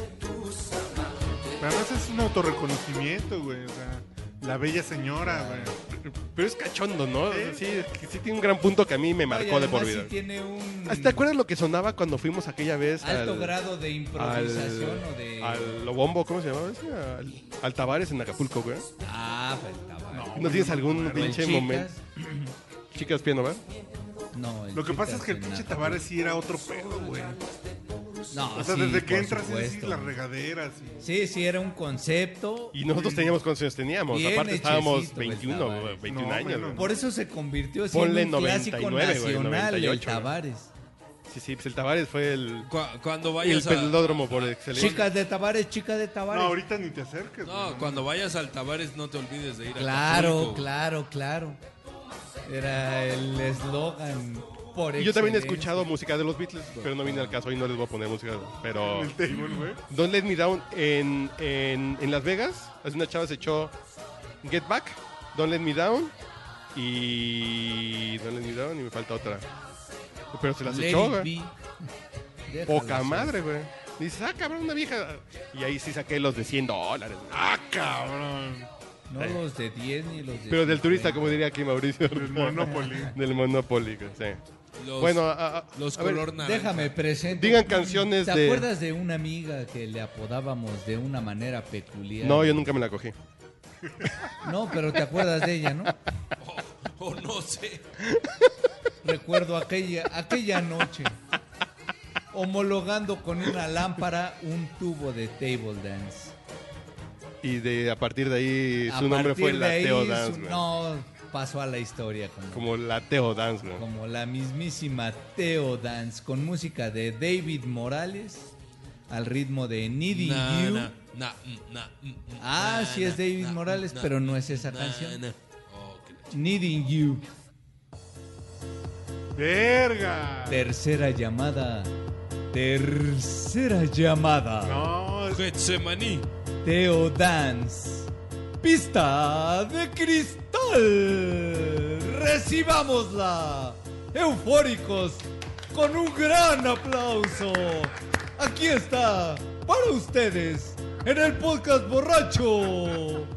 Pero además es un autorreconocimiento, güey. O sea, la bella señora, güey. Pero es cachondo, ¿no? Sí, es que sí tiene un gran punto que a mí me marcó Ay, de por además vida. sí tiene un Ah, ¿Te acuerdas lo que sonaba cuando fuimos aquella vez Alto al- grado de improvisación o de. al Lobombo, ¿cómo se llamaba ese? Al, al Tavares en Acapulco, güey. Ah, faltaba. No, ¿No tienes algún el pinche Chicas, momento? Chicas piano, ¿verdad? No, el Lo que pasa Chicas es que el en pinche Acapulco. Tavares sí era otro pedo, güey. No, O sea, Ah, sí, desde que por entras es así, supuesto. las regaderas. y- Sí, sí, era un concepto. Y nosotros teníamos cuántos años teníamos. Bien pues, Aparte hechecito, estábamos el 21, Tavares. güey, 21 No, años. bueno, güey. Por eso se convirtió Ponle en un clásico 99, güey, nacional 98, el güey. Tavares. Sí, sí, pues el Tavares fue el, Cu- cuando el vayas a, pelódromo por excelencia. Chicas de Tavares, chicas de No, Tavares. ahorita ni te acerques, güey. No, cuando vayas al Tavares no te olvides de ir a Claro, Acapulco. claro, claro. Era el eslogan. Por Y yo también he excelencia. escuchado música de los Beatles, pero no vine al caso y no les voy a poner música. Pero El table, güey. Don't Let Me Down en, en, en Las Vegas, hace una chava se echó Get Back, Don't Let Me Down y Don't Let Me Down y me falta otra. Pero se las Let echó, it güey. be. Déjalo Poca así. madre, güey. Dices, ah, cabrón, una vieja. Y ahí sí saqué los de 100 dólares. güey. ¡Ah, cabrón! No los de 10 ni los de. Pero del turista, 50. como diría aquí Mauricio. El Monopoly. Del Monopoly, güey, sí. Los, bueno, a- a- los a ver, color naranja. Déjame presente. Digan canciones ¿Te de- acuerdas de una amiga que le apodábamos de una manera peculiar? No, yo nunca me la cogí. No, pero te acuerdas de ella, ¿no? O Oh, no sé. Recuerdo aquella, aquella noche homologando con una lámpara un tubo de table dance. Y de a partir de ahí A su nombre partir fue de la ahí, Teo su- Dance, güey. No, pasó a la historia como, como, Como la Teo Dance, güey. la mismísima Teo Dance con música de David Morales al ritmo de Needing Na, You. na, na, mm, na, mm, mm, Ah, na, sí es na, David na, mm, Morales, na, pero no es esa na, canción. na. Oh, qué la ch- Needing You. ¡Verga! Tercera llamada. Tercera llamada. No, es- Getsemaní. Teo Dance. Pista de cristal. Recibámosla. Eufóricos. Con un gran aplauso. Aquí está. Para ustedes. En el podcast borracho.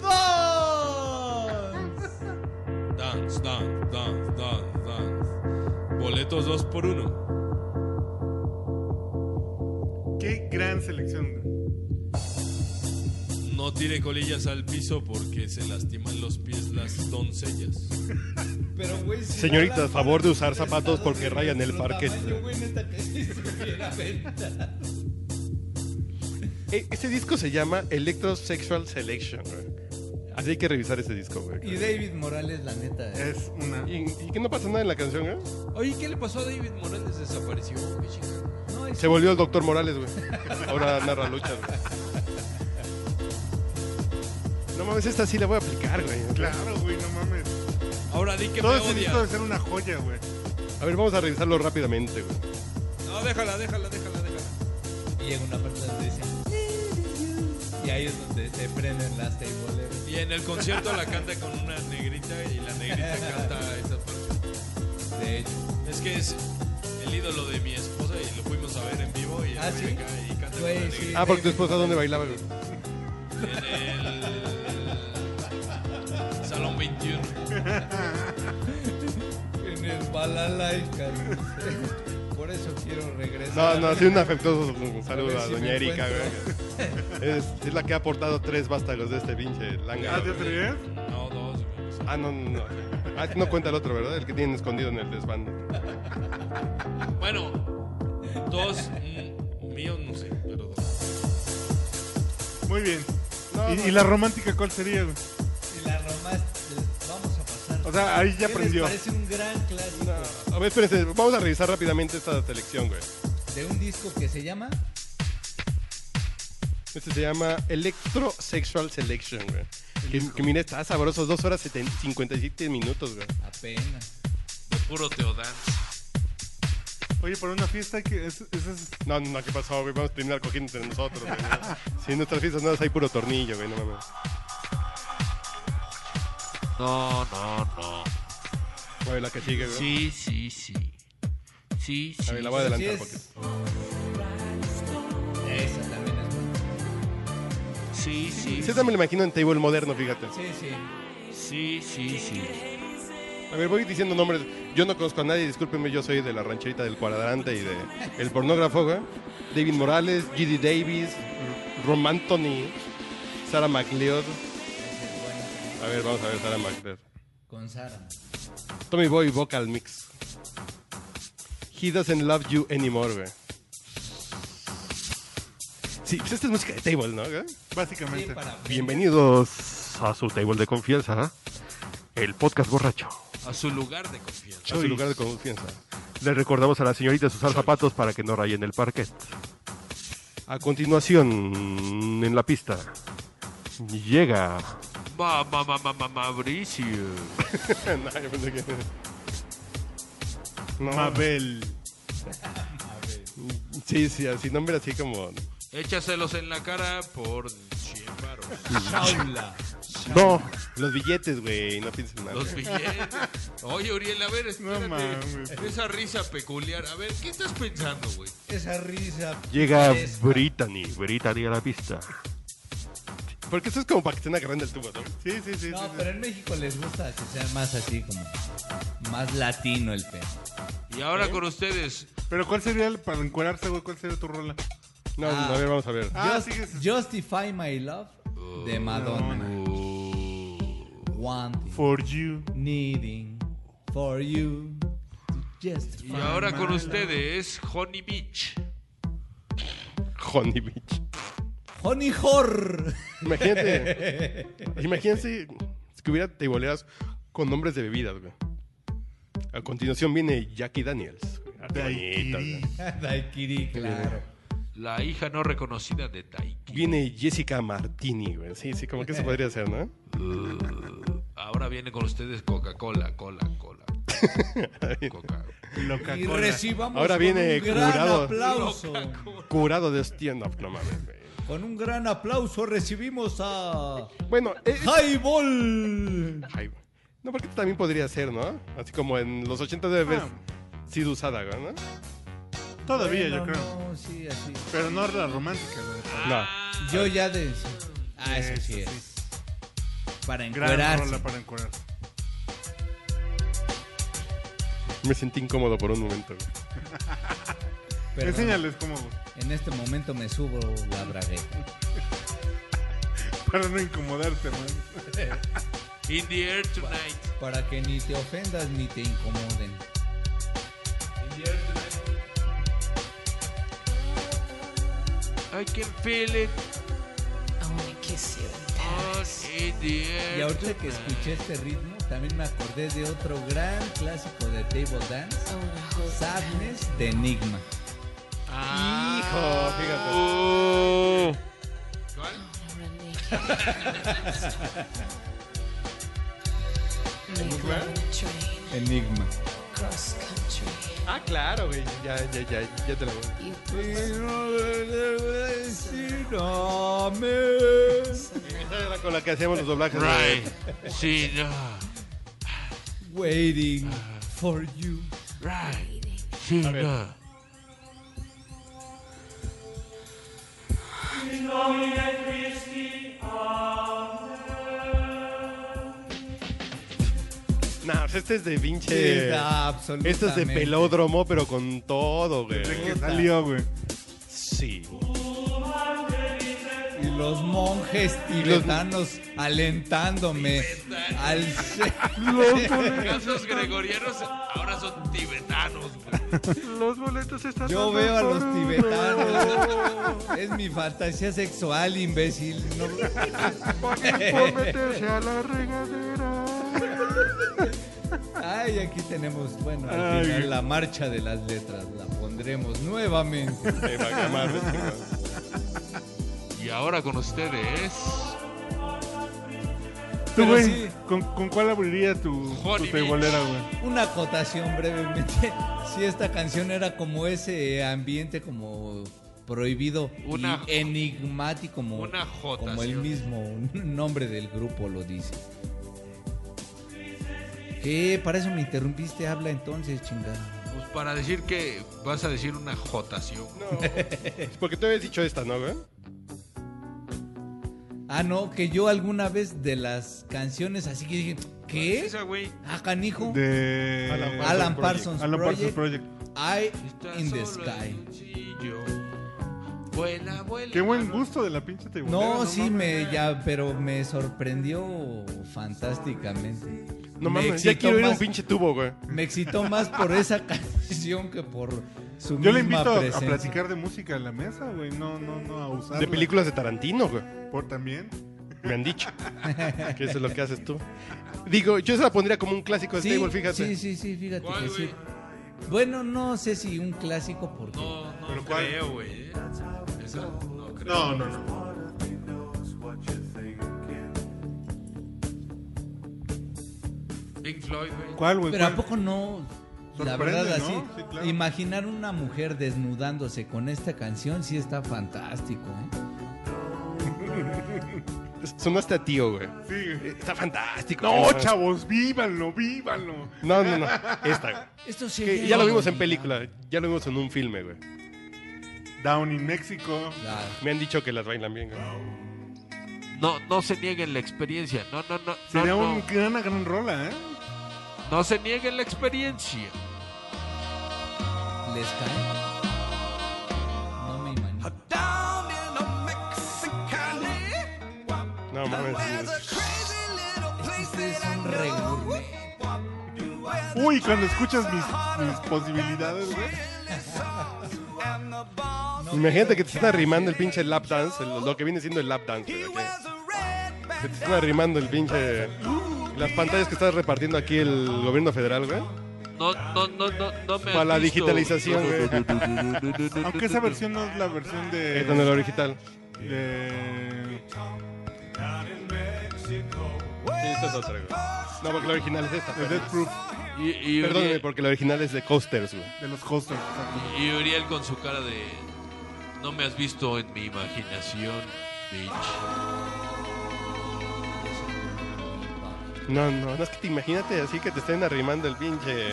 Teo. Dance. Dance, dance, dance, dance, dance. Boletos dos por uno. qué gran selección, güey. No tire colillas al piso porque se lastiman los pies las doncellas. Pero, güey, si Señoritas, no la favor de usar fueran zapatos porque prestados de rayan el nuestro parquet. tamaño, güey, neta que sí se hubiera aventado. E- Este disco se llama Electrosexual Selection, güey. Así hay que revisar ese disco, güey. Y David Morales, la neta. eh. Es una. Y, y que no pasa nada en la canción, ¿eh? Oye, ¿qué le pasó a David Morales? Desapareció. qué chingado. No, es- Se volvió el doctor Morales, güey. Ahora narra luchas, güey. No mames, esta sí la voy a aplicar, güey. Claro, güey, no mames. Ahora di que Todo me ese disco debe odias. ser una joya, güey. A ver, vamos a revisarlo rápidamente, güey. No, déjala, déjala, déjala, déjala. Y llega una parte donde dice. Y ahí es donde se prenden las teiboleras. Y en el concierto la canta con una negrita y la negrita canta esa parte. De hecho. Es que es el ídolo de mi esposa y lo fuimos a ver en vivo y, Ah, el ¿sí? güey acá y canta Güey, con la sí. negrita. Ah, porque tu esposa dónde bailaba, güey. En el Salón 21. En el balalaika. Por eso quiero No, regresar. no, sí un afectuoso saludo ver a si doña me Erika, güey. Es, es la que ha aportado tres vástagos de este pinche Ah, langa. ¿te güey. atreves? No, dos. güey. Ah, no, no, no. Ah, no cuenta el otro, ¿verdad? El que tienen escondido en el desván. Bueno, dos mm, míos, no sé, pero dos. Muy bien. No, ¿Y, no, y la romántica cuál sería, güey? Y la romás, vamos a pasar. O sea, ahí ya ¿Qué les aprendió. Parece un gran clásico A ver, espérense, vamos a revisar rápidamente esta selección, güey. de un disco que se llama Este se llama Electro Sexual Selection, güey. Que, que mira, está sabroso, 2 horas seten- 57 minutos, güey. Apenas. Puro Teodán. Oye, para una fiesta hay que. es- es- es- No, no, ¿qué pasó, güey? Vamos a terminar cogiendo entre nosotros, güey. Si en nuestras fiestas nada, hay puro tornillo, güey, no mames. No, no, no. Güey, la que sigue, güey. Sí, sí, sí. Sí, A sí. ver, la voy a adelantar Así porque... es. Esa también es buena. Sí, sí. Ese también lo imagino en table moderno, fíjate. Sí, sí. Sí, sí, sí. A ver, voy diciendo nombres. Yo no conozco a nadie, discúlpenme, yo soy de la rancherita del cuadrante y de el pornógrafo, güey. David Morales, G.D. Davis, R- Rom Anthony, Sarah McLeod. Esa es buena. A ver, vamos a ver, Sarah McLeod. Con Sara. Tommy Boy Vocal Mix. He doesn't love you anymore, güey. Sí, pues esta es música de table, ¿no? güey? Sí, básicamente. para Bienvenidos a su table de confianza, el podcast borracho. A su lugar de confianza. A su lugar de confianza. Les recordamos a las señoritas usar zapatos para que no rayen el parquet. A continuación, En la pista llega Ma, ma, ma, ma, ma- Mauricio. No, yo pensé que- No. Mabel. Sí, sí, así nombre así como. Échaselos en la cara por 100 varos. Paula. No, Los billetes, güey, no piensen nada. Los billetes. Oye, Uriel, a ver, espérate. No mames. Esa risa peculiar. A ver, ¿qué estás pensando, güey? Esa risa. llega fresca. Brittany, Brittany a la pista. Porque eso es como para que estén agarrando el tubo, ¿no? Sí, sí, sí. sí, No, sí. pero en México les gusta que sea más así como. Más latino el pez. Y ¿Eh? ahora con ustedes, Pero ¿cuál sería el, para encuerarse, güey? ¿Cuál sería tu rola? No, no, a ver, vamos a ver. Ah, sigue. Justify My Love Oh. de Madonna. One thing For you. needing for you. to Justify. y ahora con ustedes, Honey Beach. Honey Beach. Honey Horror. Imagínate. imagínense que hubiera teiboleras con nombres de bebidas, güey. A continuación viene Jackie Daniels. Ah, qué bonito, güey. Daiquiri, claro. La hija no reconocida de Taiki. Viene Jessica Martini, güey. Sí, sí, como que se podría hacer, ¿no? Ahora viene con ustedes Coca-Cola, cola, cola. Coca. Loca Y recibamos Ahora con viene un gran curado. aplauso. Curado de stand-up, no mames, güey. Con un gran aplauso recibimos a Bueno, eh, Highball. Ay, güey. no, porque esto también podría ser, ¿no? Así como en los 80 Ah, debe haber Ah. sido usada, güey, ¿no? Todavía, yo Bueno, creo. no, sí, así. Pero no la romántica, güey. No. Yo ya de Ah, eso sí Eso es. Para Gran encuerarse. rola para encuerarse. Me sentí incómodo por un momento. güey. Perdón, Enséñales cómo, güey. en este momento me subo la bragueta. Para no incomodarte, man. In the air tonight. Para que ni te ofendas ni te incomoden. I can feel it. I wanna kiss you and Y Oh, Y ahorita que escuché este ritmo, también me acordé de otro gran clásico de table dance, Sadness de Enigma. Ah, Hijo, fíjate. Enigma. Ah, claro, güey. Ya, ya, ya, ya te la voy. Esa era con la que hacíamos los doblajes. Right. Sí, no. Waiting for you. Right. Sí, no. No, pues este es de Sí, Eh, está pinche. Este es de absolutamente. pelódromo, pero con todo, güey. Desde que salió, güey. Sí. Y los monjes tibetanos alentándome al ser. Esos gregorianos ahora son tibetanos, güey. Los boletos están. Yo veo a los tibetanos. Es mi fantasía sexual, imbécil. No- Por meterse a la regadera. Ay, aquí tenemos, bueno, al Ay. final la marcha de las letras. La pondremos nuevamente. Y ahora con ustedes. Tú, Pero güey, sí. ¿con, con cuál abriría tu, tu Honey tebolera, güey? Una acotación brevemente. Si esta canción era como ese ambiente como prohibido Una- y enigmático como, una jotación. como el mismo nombre del grupo lo dice. ¿Qué? Para eso me interrumpiste, habla entonces, chingada. Pues para decir que vas a decir una jotación. Es porque tú habías dicho esta, ¿no, güey? Ah, no, que yo alguna vez de las canciones así que dije, ¿qué? Esa, güey. Ah, canijo. De Alan Parsons Alan Parsons Project. Project. I Está in the solo sky. el sillón. Vuela, vuela. Qué buen Ah, no. gusto de la pinche tebolera. No, sí, mames. me, ya, pero me sorprendió fantásticamente. No Me mames, ya excitó quiero ir a un más- pinche tubo, güey. Me excitó más por esa canción que por su Yo le misma invito a- a presencia. platicar de música en la mesa, güey. No, no, no, a usar. De películas de Tarantino, güey. Por también. Me han dicho. que eso es lo que haces tú. Digo, yo se la pondría como un clásico de Sí, table, fíjate. Sí, sí, sí, fíjate ¿Cuál, que sí. güey? Bueno, no sé si un clásico porque No, no ¿Pero cuál? creo, güey. ¿eh? Esa no creo. No, no, no. Pink Floyd, güey. ¿Cuál, Pues, güey? Pero a ¿Cuál? poco no la Sorprende, verdad ¿no? así Sí, claro. imaginar una mujer desnudándose con esta canción sí está fantástico, ¿eh? Sonaste a tío, güey. Sí. Eh, Está fantástico. No, güey. chavos, vívanlo, vívanlo. No, no, no. Esta, güey. Esto sí Que ya lo vimos en película. Ya lo vimos en un filme, güey. Down in México. Me han dicho que las bailan bien, güey. No, no se nieguen la experiencia. No, no, no. Sería no, un- no. una gran rola, ¿eh? no se nieguen la experiencia. les cae. No me imagino. No mames. Este es un re gourmet. Uy, cuando escuchas mis, mis posibilidades, güey. Imagínate que te están arrimando el pinche lap dance, el- lo que viene siendo el lap dance. güey, que- Que te están arrimando el pinche. Las pantallas que está repartiendo aquí el gobierno federal, güey. No, no, no, no, no me Para la has visto. digitalización, güey. Aunque esa versión no es la versión de. Esta no es la original. de- Sí, esta es otra, güey. No, porque la original es esta. de pero- Death Proof, Y, y, Perdóname, Uriel, porque la original es de Coasters, güey. de los Coasters. exacto. y Uriel con su cara de... No me has visto en mi imaginación, bitch. No, no, no es que te imagínate así que te estén arrimando el pinche.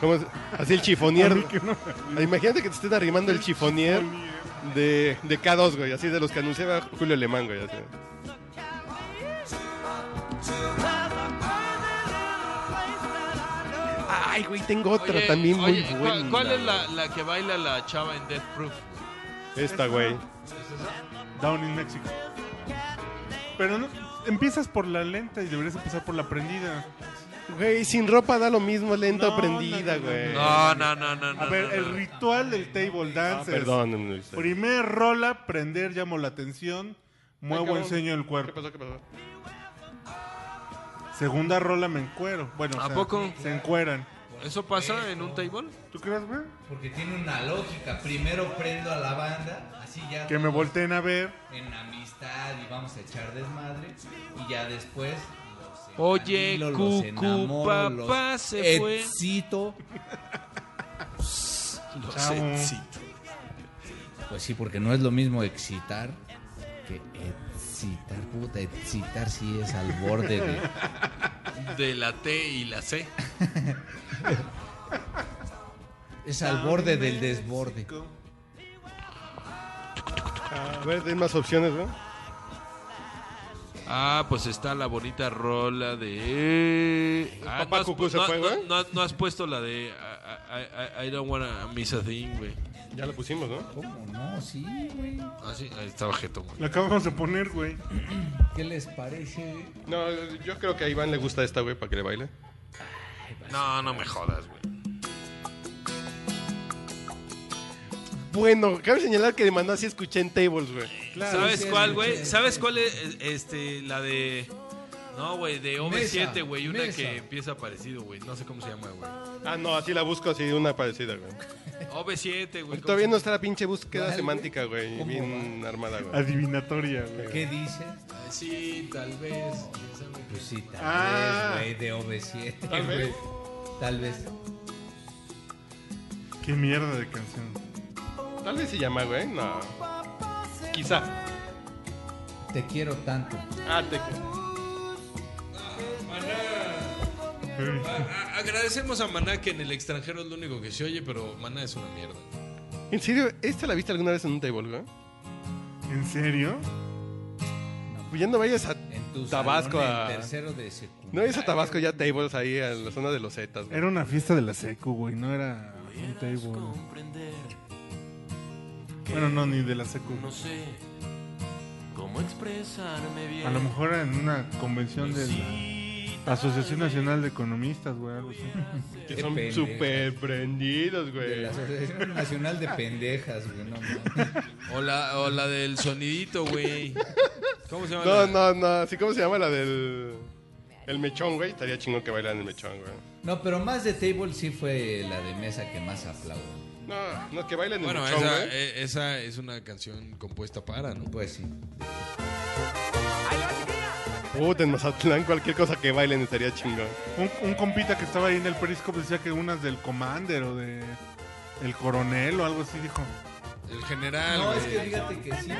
¿Cómo es? Así el chifonier. Ah, Imagínate que te estén arrimando el chifonier de, de K2, güey, así de los que anunciaba Julio Alemán, güey. así. Ay, güey, tengo otra Oye, también oye, muy ¿cuál- buena. ¿Cuál, es la, la que baila la chava en Death Proof? Esta, güey. Down in México. Pero no, empiezas por la lenta y deberías empezar por la prendida. Güey, sin ropa da lo mismo, lento, No, prendida, no, no, güey. No, no, no, no. A no, ver, no, el no. Ah, ritual del table dance. es Perdón, no, no, no. Primer rola, prender, llamo la atención. Muevo, cabrón. enseño el ¿Qué cuerpo. pasó? ¿Qué pasó? Segunda rola me encuero. Bueno, o ¿A sea, poco? se encueran. ¿Eso pasa en un table? ¿Tú crees, güey? Porque tiene una lógica. Primero prendo a la banda, así ya. Que me volteen a ver. En amistad y vamos a echar desmadre. Y ya después. los Oye, encandilo, los cucu, enamoro, los papá, se fue. excito. Los Chamo. excito. Pues sí, porque no es lo mismo excitar que excitar. Puta, excitar sí es al borde de. De la T y la C. Es al borde del desborde. A ver, den más opciones, ¿no? Ah, pues está la bonita rola de. Ah, Papá no has Cucú pu- se no- fue, no- güey. No, no has puesto la de. ah, I, I- I- I don't wanna miss a thing, güey. Ya la pusimos, ¿no? ¿Cómo no? Sí, güey. Ah, sí, ahí estaba jetón, güey. La acabamos de poner, güey. ¿Qué les parece? No, yo creo que a Iván le gusta esta, güey, para que le baile. No, no me jodas, güey. Bueno, cabe señalar que de Maná sí escuché en Tables, güey. ¿Sabes sí, cuál, sí, güey? sí. ¿Sabes cuál es eh, este, la de. No, güey, de OV7, Mesa, güey. Una mesa. que empieza parecido, güey. No sé cómo se llama, güey. Ah, no, así la busco, así una parecida, güey. OV7, güey. ¿cómo Todavía se- no está la pinche búsqueda ¿Cuál, semántica, güey, ¿Cómo bien armada, güey. Adivinatoria, güey. ¿Qué dices? Sí, tal vez. quién sabe. Pues sí, tal Ah. vez, güey, de OV7. Tal vez. güey. Tal vez. Qué mierda de canción. Tal vez se llama, güey, no. Quizá. Te quiero tanto. Ah, te... Uy. A- Agradecemos a Maná que en el extranjero es lo único que se oye, pero Maná es una mierda. ¿En serio? ¿Esta la viste alguna vez en un table, güey? ¿En serio? Pues ya no vayas a En tu Tabasco salón, en ah. a- tercero de secundaria. No vayas a Tabasco ya Tables ahí a la zona de los Zetas, güey. Era una fiesta de la secu, güey. No era un table. comprender. Bueno, no, ni de la secu. No sé cómo expresarme Ah, bien. A lo mejor en una convención de la Asociación Nacional de Economistas, güey. algo así. Que Qué son pendejo. súper prendidos, De güey. la Asociación Nacional de Pendejas, güey. No, mames. O la, o la del sonidito, güey. ¿Cómo se llama? No, la- no, no. Así como se llama la del... El mechón, güey. Estaría chingón que bailaran el mechón, güey. No, pero más de table sí fue la de mesa que más aplaudo. No, no, que bailen el Bueno, mechón, esa, güey. e- esa es una canción compuesta para, ¿no? Pues sí. Puta, en Mazatlán cualquier cosa que bailen estaría chingón. Un, un compita que estaba ahí en el periscope decía que unas del Commander o de el coronel o algo así dijo. El general, No, Ah, güey. es que fíjate que sí pensé.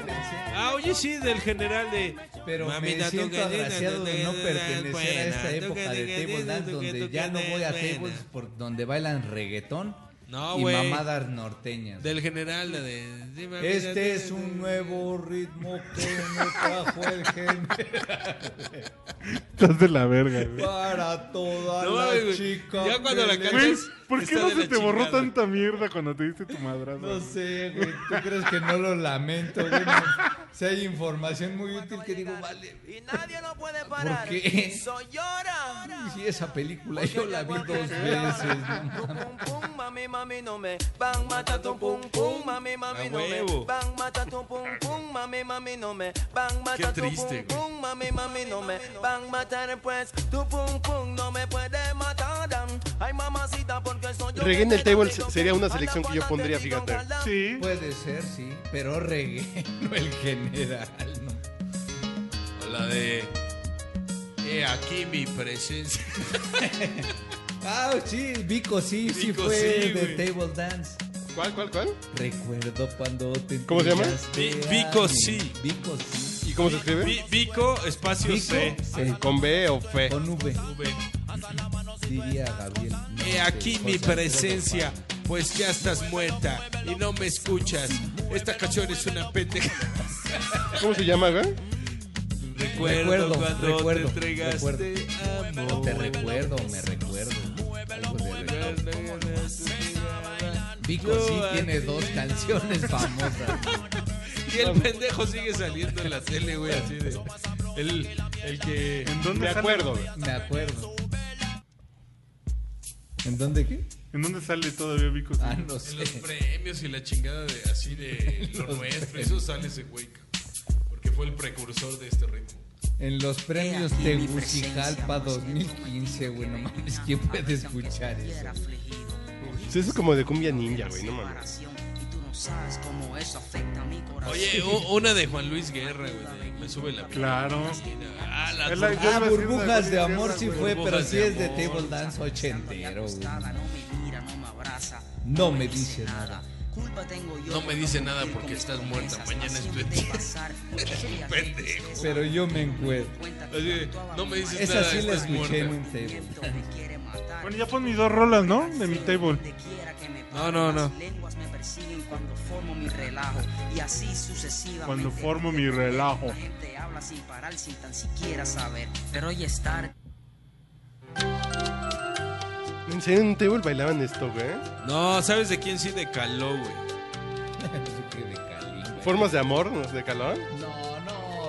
Ah, oye, sí, del general de... Pero me Mamita, tú siento que agraciado dices, de no tú que pertenecer a eres esta buena, tú época que de dices, table dance tú que- donde tú ya que no eres voy a buena. tables por donde bailan reggaetón No, y güey. mamadas norteñas. Del general, la de... sí, mamita, tú Este es que- un nuevo ritmo que me trajo el gen Estás de la verga, güey. para toda No, la güey. chica. Ya cuando que la le- cantas- Güey, ¿por qué Está no de se la te borró chingada. tanta mierda cuando te diste tu madrazo? No sé, güey. ¿Tú crees que no lo lamento? güey? No. Si hay información muy útil que digo, vale. Y nadie lo puede parar. parar. ¿Por qué? Soy llora. Si esa película yo la vi dos veces. ¿no? Pum pum mami mami no me van matando pum pum mami mami A no me huevo. van matando pum pum mami mami no me van matando triste, pum güey. pum mami mami no me van matar pues tu pum pum no me puede matar ay mamacita porque soy yo Reggae en el que te table digo sería que una a la selección que yo pata pondría, te digo fíjate. galán. Sí. Puede ser, sí. Pero reggae, no el general. ¿no? O la de... He aquí mi presencia. Ah, sí, Vico sí, sí Vico, fue sí, de güey. Table Dance. ¿Cuál, cuál, cuál? Recuerdo cuando te. ¿Cómo se llama? entregaste Vi- a Vico mí. sí. Vico sí. ¿Y cómo se escribe? Vi- Vico, espacio Vico C. sí. ¿Con B o F? Con V, V. diría Gabriel. He Eh, aquí mi presencia, pues ya estás muerta y no me escuchas. Esta canción es una pendeja. ¿Cómo se llama, güey? Recuerdo, Recuerdo, cuando recuerdo, te entregaste amor. Te recuerdo, me recuerdo. Algo de recuerdo. Vico sí tiene dos canciones famosas. Y el pendejo sigue saliendo en la tele, güey, así de. El, el que. ¿En dónde De sale? acuerdo, güey. Me acuerdo. ¿En dónde qué? ¿En dónde sale todavía Vico? Ah, no En los sé. premios y la chingada de así de lo nuestro. Eso sale ese güey, cabrón. Porque fue el precursor de este ritmo. En los premios He aquí mi Tegucigalpa presencia, 2015, güey, no mames, ¿quién puede escuchar eso? Sí, eso es como de cumbia ninja, güey, no mames. Oye, u- una de Juan Luis Guerra, güey. de Me sube la piel. Claro. Ah, la Es la- yo iba Ah, a decir una burbujas de cosa amor sí güey. fue, pero Burbujas sí de es de amor. table dance ochentero, güey. No me dice nada. No me dice nada porque estás muerta. Mañana es tu entierro. Pendejo. Pero yo me encuentro. Así de, no me dices Esa nada, sí la estás escuché en muerta. un table dance. Bueno, ya pon mis dos rolas, ¿no? De mi table. No, no, no. lenguas me persiguen cuando formo mi relajo y así sucesivamente. Cuando formo mi relajo. La gente habla sin parar, sin tan siquiera saber. Pero hoy es tarde. ¿En serio en un table bailaban esto, güey? No, ¿sabes de quién sí de caló, güey? ¿Formas de amor? ¿No es de calor? No,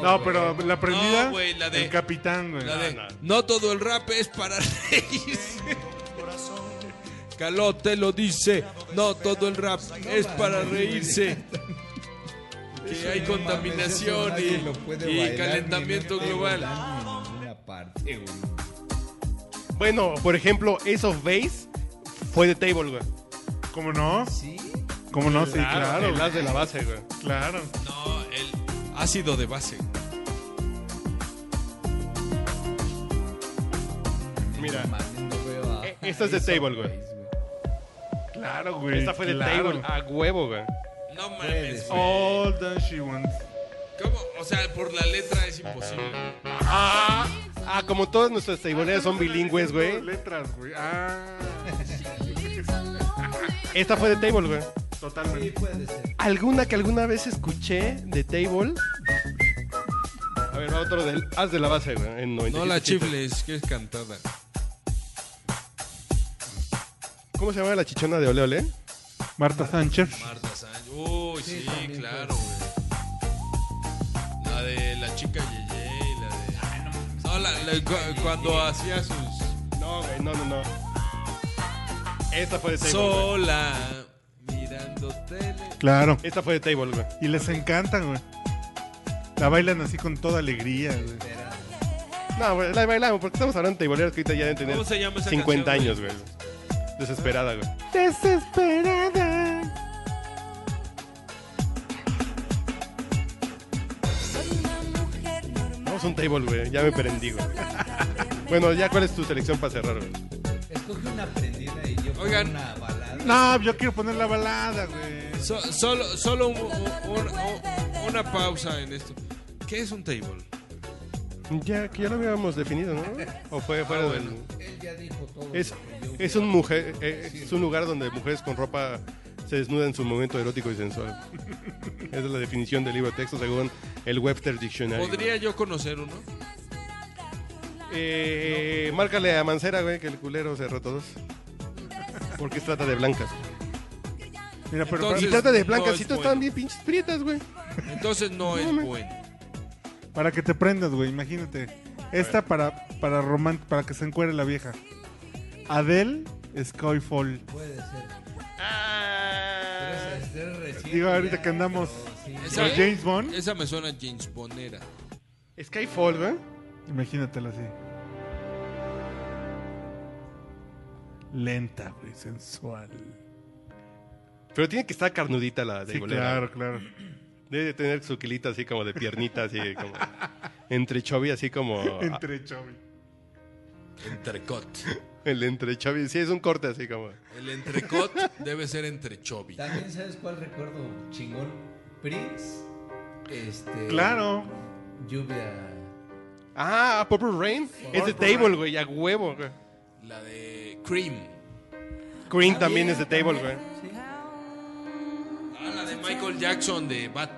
no. No, pero la prendida. No, güey, la de- El capitán, güey. La de, no todo el rap es para reírse. Caló te lo dice. No todo el rap es para reírse. Que hay contaminación y, y calentamiento este global. Bueno, por ejemplo, Ace of Base fue de table, güey. ¿Cómo no? Sí. ¿Cómo no? Sí, Claro, claro. el as de la base, güey. Claro. No, el ácido de base. Mira, e, Eh, esta es de table, güey. Claro, güey. Esta fue de claro. table, a huevo, güey. No mames. güey. All that she wants. ¿Cómo? O sea, por la letra es imposible. Ah, ah, como todos nuestras tableras son bilingües, güey. Letras, güey. Ah. Esta fue de table, güey. Totalmente. pues. ¿Alguna que alguna vez escuché de table? A ver, va otro del as de la base, güey. En 97. No la chifles, que es cantada. ¿Cómo se llama la chichona de Ole Ole? Marta Sánchez. Marta Sánchez. Uy, sí, pues. claro, güey. La de la chica Yeye y la de. Ah, no, la, la- cu- cuando hacía sus. No, güey, no, no, no. Esta fue de table. güey. Sola, mirando tele. Claro. Esta fue de table, güey. Y les encanta, güey. La bailan así con toda alegría, güey. No, güey, la bailamos porque estamos hablando de tableros que ahorita ya deben ¿Cómo tener se llama esa 50 canción, años, güey. Desesperada, güey. Desesperada. Vamos a un table, güey. Ya me prendí, güey. Bueno, ya cuál es tu selección para cerrar, güey. Escoge una prendida y yo pongo Oigan. una balada. No, yo quiero poner la balada, güey. So- solo solo un- un- un- una pausa en esto. ¿Qué es un table? Ya, que ya lo habíamos definido, ¿no? O fue fuera Ah, del- bueno. Él ya dijo todo. Es, lo que yo- es un mujer, eh, es un lugar donde mujeres con ropa se desnudan en su momento erótico y sensual. Esa es la definición del libro de texto según el Webster Dictionary. ¿Podría yo conocer uno? Eh, márcale a Mancera, güey, que el culero cerró todos. Porque se trata de blancas. Mira, pero Y Entonces- trata de no blancas, es si todos bueno. estaban bien pinches prietas, güey. Entonces no es bueno. para, para que te prendas, güey, imagínate. Esta para para román- para que se encuere la vieja. Adele Skyfall. Puede ser. Pero esa es de recién, Digo, ya, ahorita que andamos pero sí. Esa- con James Bond, Esa me suena James Bonera. Skyfall, güey. imagínatela así. Lenta, güey, sensual. Pero tiene que estar carnudita la de Sí, golera. claro, claro. Debe de tener su quilita así como de piernita, así como. Entre chovi, así como. Entre Chovy. Entrecot. El entre chovi. Sí, es un corte así como. El entrecot debe ser entre chovi. También sabes cuál recuerdo chingón. Prince. Este. Claro. Lluvia. Ah, Purple Rain. es de table, güey, a huevo, güey. La de Cream. Green también es de table, güey. Ah, la de Michael Jackson de Bat.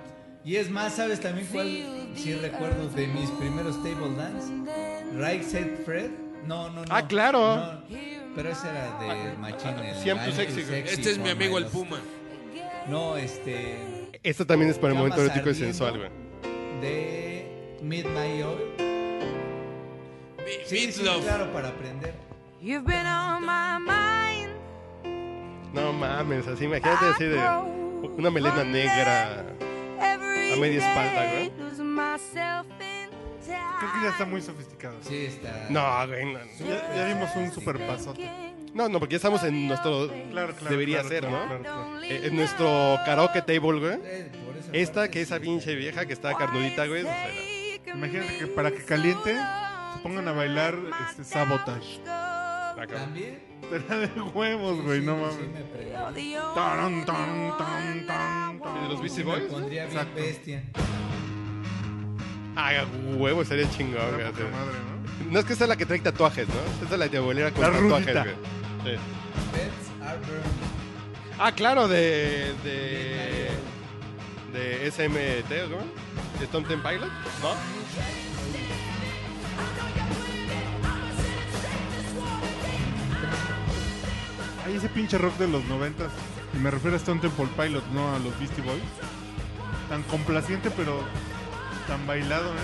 Y es más, ¿sabes también cuál? Si recuerdo de mis primeros table dance. Right Said Fred. No, no, no. Ah, claro. Ah, No, pero esa era de Machine. el Sí, I'm too I'm too sexy, güey. Este es mi for amigo el my- Puma. No, este. Esta también es para el Llamas momento erótico y ardiendo. sensual, güey. De Midnight Oil. Mi- Sí, sí, Meatloaf. claro, para aprender. You've been on my mind. No mames, así imagínate así de. Una melena negra. Every A media espalda, day. güey. Lose my myself in Creo que ya está muy sofisticado. Sí, está. No, güey. no, no. Ya, ya dimos un super pasote. No, no, porque ya estamos en nuestro. Claro, claro, debería claro, ser, claro, ¿no? claro, claro. Eh, en nuestro karaoke table, güey. por esa Esta que esa pinche vieja que está carnudita, güey. o sea, Imagínate que para que caliente se pongan a bailar este sabotage. También. Será de huevos, güey, no mames. Tarán, tarán, tarán, tarán, tarán. ¿De los Beastie Me Boys? pondría bien Exacto. bestia. Ah, huevo, estaría chingón, güey. Era o poca sea. madre, ¿no? No es que esa es la que trae tatuajes, ¿no? Esa es la de abuelera con La tatuajes, rubita. güey. Sí. Pets are burning. Ah, claro, de. de. de SMT, ¿no? ¿De Stone Temple Pilot? ¿No? Hay ese pinche rock de los noventas. Y me refiero a Stone Temple Pilot, no a los Beastie Boys. Tan complaciente, pero tan bailado, ¿eh?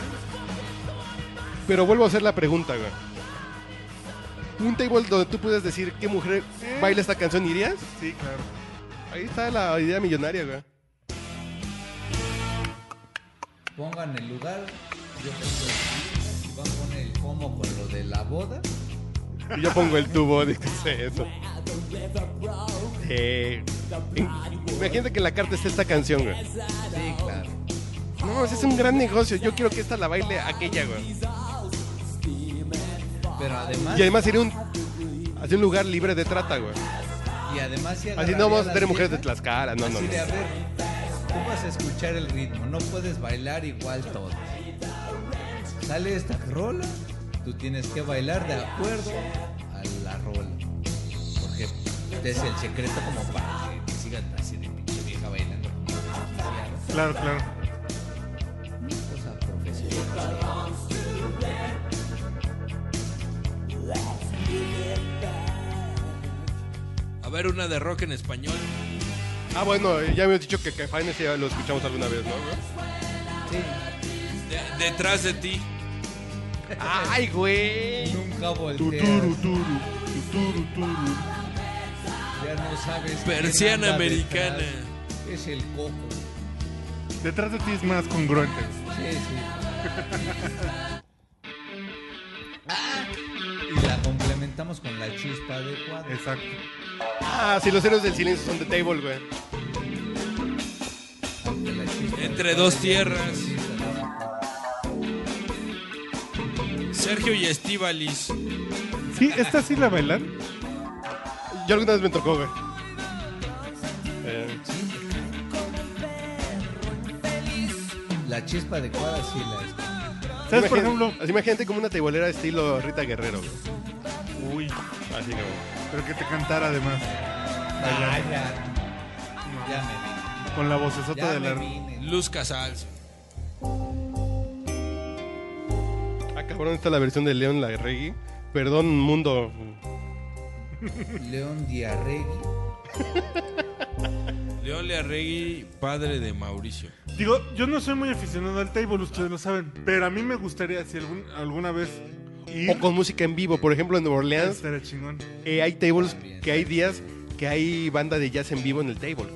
Pero vuelvo a hacer la pregunta, güey. Un table donde tú puedes decir qué mujer baila esta canción irías. Sí, claro. Ahí está la idea millonaria, güey. Pongan el lugar. Yo pongo el Van a poner el como con lo de la boda. Y yo pongo el tubo, dice eso. Eh, en- imagínate que en la carta está esta canción, güey. Sí, claro. No, ese es un gran negocio. Yo quiero que esta la baile aquella, güey. Pero además. Y además sería un, así un lugar libre de trata, güey. Y además sí Así agarraría no vamos a las tener mujeres de viejas. Tlaxcala, no, no, Así no. de, a ver, tú vas a escuchar el ritmo, no puedes bailar igual todo. Sale esta rola, tú tienes que bailar de acuerdo a la rola. Porque este es el secreto como para que te sigan así de pinche vieja bailando. como desquiciada. Claro, claro. Cosa profesional. A ver, una de rock en español. Ah, bueno, eh, ya habíamos dicho que Caifanes ya lo escuchamos alguna vez, ¿no? güey? De- detrás de ti. Ay, güey. Nunca Tuturu, volteas, turu, tuturu, turu. ya no sabes. quién Persiana anda americana. detrás. Es el coco. Detrás de ti es más congruente. güey. Sí, sí. Ah, y la complementamos con la chispa adecuada. Exacto. Ah, sí, los héroes del silencio son de table, güey. Aunque la chispa Entre adecuada dos ya tierras. no exista. Sergio y Estivalis. Sí, esta sí la bailan. Yo alguna vez me tocó, güey. Eh, La chispa adecuada sí la es. ¿Sabes, por imagínate- ejemplo? Así imagínate como una tebolera estilo Rita Guerrero, güey. Uy, Así que, güey. pero que te cantara además. Ah, ya. Ya me Con la vine. vocesota Ya de me la. vine. Luz Casals. Ah, cabrón, está la versión de León la reggae. Perdón, mundo. León Diarregui. León Learregui, padre de Mauricio. Digo, yo no soy muy aficionado al table, ustedes lo saben. Pero a mí me gustaría, si algún- alguna vez. O con música en vivo, por ejemplo, en Nueva Orleans. Estaría chingón. eh, hay tables que hay días que hay banda de jazz en vivo en el table. güey.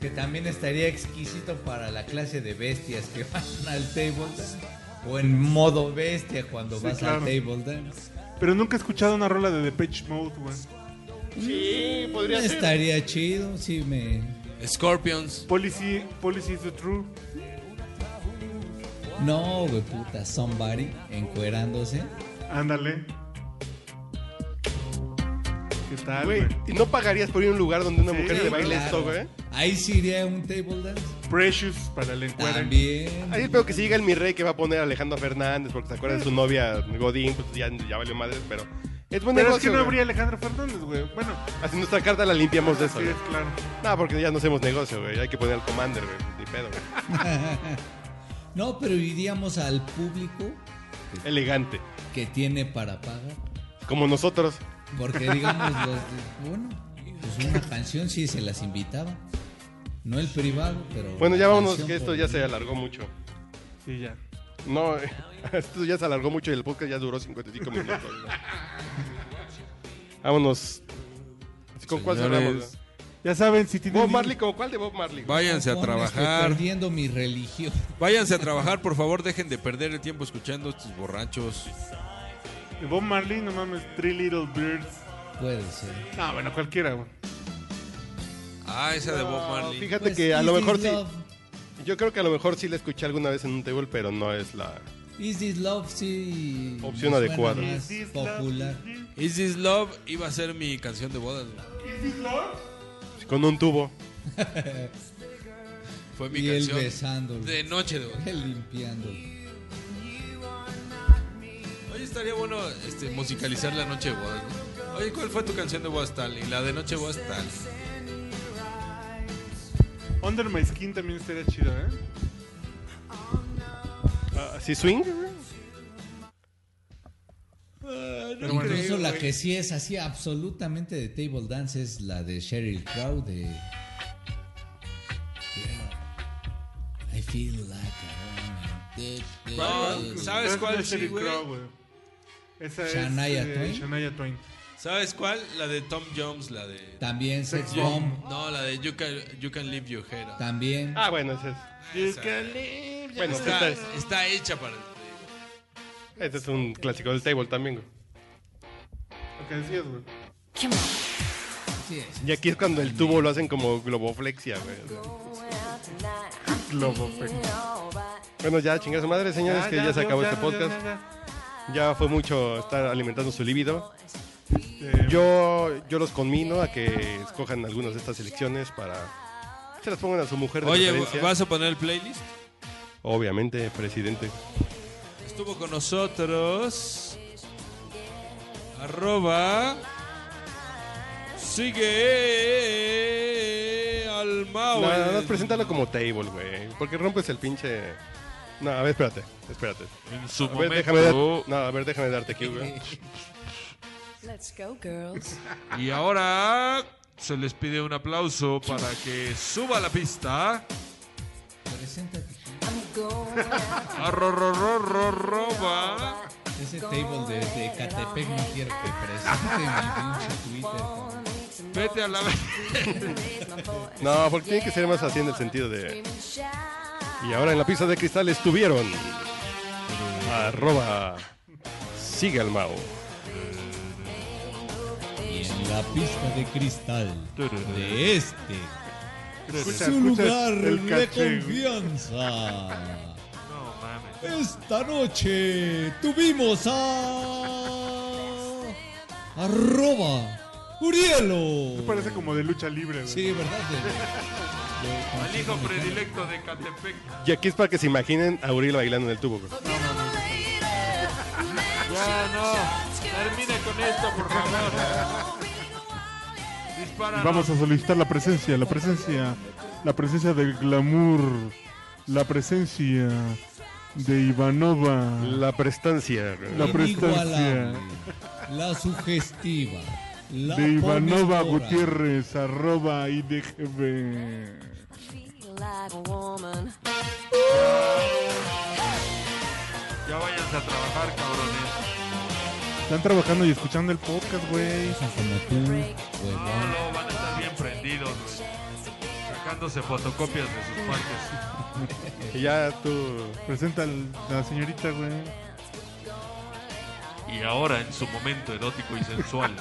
Que también estaría exquisito para la clase de bestias que van al table dance. O en modo bestia cuando Sí, vas claro. al table dance. Pero nunca he escuchado una rola de Depeche Mode, güey. Sí, podría ser. Estaría chido, sí me. Scorpions. Policy, policy is the true. No, güey, puta, somebody encuerándose. Ándale. ¿Qué tal, Ah, Güey, güey? ¿y no pagarías por ir a un lugar donde una Sí, mujer te baile Claro. esto, güey? Ahí sí iría un table dance. Precious para el encuadre. También. Ahí espero que si llega el mi rey que va a poner a Alejandro Fernández, porque se acuerda de su novia Godín, pues ya, ya valió madre, pero es buen Pero es que no negocio. güey. Pues habría Alejandro Fernández, güey. Bueno, Así nuestra carta la limpiamos de eso, sí, güey. es claro. No, porque ya no hacemos negocio, güey. Hay que poner al commander, güey. Ni pedo, güey. No, pero iríamos al público Elegante. que tiene para pagar. Como nosotros. Porque digamos, los- bueno, pues una canción sí se las invitaba. No el privado, pero. Bueno, ya una vámonos, canción que esto por ya ahí. se alargó mucho. Sí, ya. No, eh, esto ya se alargó mucho y el podcast ya duró 55 minutos. güey. vámonos. ¿Con cuál cerramos? Señores, güey? Ya saben, si tienen. Bob Marley, ¿como cuál de Bob Marley? Váyanse a Pones que trabajar. Perdiendo mi religión. Váyanse a trabajar, por favor, dejen de perder el tiempo escuchando a estos borrachos. Y Bob Marley, no mames, Three Little Birds. Puede ser. No, bueno, cualquiera, güey. Ah, esa de Bob Marley. Fíjate Pues que a lo mejor sí. Yo creo que a lo mejor sí la escuché alguna vez en un table, pero no es la. Is This Love sí. Opción me suena adecuada. más Is This popular. Is This Love iba a ser mi canción de bodas. Con un tubo. Fue mi Y él canción. besándolo. De noche de bodas. Él limpiándolo. Oye, estaría bueno este, musicalizar la noche de bodas. ¿no? Oye, ¿cuál fue tu canción de bodas tal? Y la de noche de bodas tal. Under My Skin también estaría chido, ¿eh? Ah, ¿Sí swing? Pero bueno. Incluso creo, la güey. que sí es así absolutamente de table dance es la de Sheryl Crow de Yeah, I feel like a woman. De- de- de- ¿Sabes Pero cuál es de sí, Sheryl güey? Crow, güey? Esa es. Shania eh, Twain. Shania Twain. Ah, ¿Sabes cuál? La de Tom Jones, la de. También Sex Yo- Bomb, No, la de You Can, you can Leave Your Head. Up. también Ah, bueno, ese es. Esa. Bueno, está, esta está hecha para. Este es un clásico del table también, güey. Lo que decías, güey. Sí es. Y aquí es cuando el tubo lo hacen como globoflexia, güey. Bueno, ya chingas madre, señores, que ya, se acabó este podcast. ya, ya. Ya fue mucho estar alimentando su líbido. Eh, Yo, yo los conmino a que escojan algunas de estas elecciones para que se las pongan a su mujer de Oye, preferencia. ¿vas a poner el playlist? Obviamente, presidente. Estuvo con nosotros. Arroba. Sigue al Mau. No, no, no, preséntalo como table, güey. Porque rompes el pinche. No, a ver, espérate, espérate. En su A ver, momento. déjame dar- No, a ver, déjame darte aquí, güey. Let's go, girls. Y ahora se les pide un aplauso para que suba a la pista. Preséntate. I'm going out Arroba. Ese table de, de Catepec no quiero que presente mi pinche Twitter. Vete a la with my boy. No, porque tiene que ser más así en el sentido de. Screaming shout. Y ahora en la pista de cristal estuvieron. Arroba. Sigue al Mao. Y en la pista de cristal de este, Escucha, su escucha lugar el de caché, güey. confianza. Esta noche tuvimos a. Arroba Urielo. Parece como de lucha libre, güey. Sí, ¿verdad? Al hijo predilecto de Catepec. Y aquí es para que se imaginen a Uriel bailando en el tubo, güey. Ya no. Termina con esto, por favor. Dispara. Vamos a solicitar la presencia, la presencia, la presencia del glamour, la presencia de Ivanova, La prestancia. ¿eh? güey. la prestancia Inigualable, La sugestiva. La de Ivanova ponedora. Gutiérrez, arroba IDGB. Feel like a woman. Ya váyanse a trabajar, cabrones. Están trabajando y escuchando el podcast, güey. Como tú, No, huevón. no, van a estar bien prendidos, güey. Sacándose fotocopias de sus parques. Y ya tú. Presenta al- la señorita, güey. Y ahora, en su momento erótico y sensual.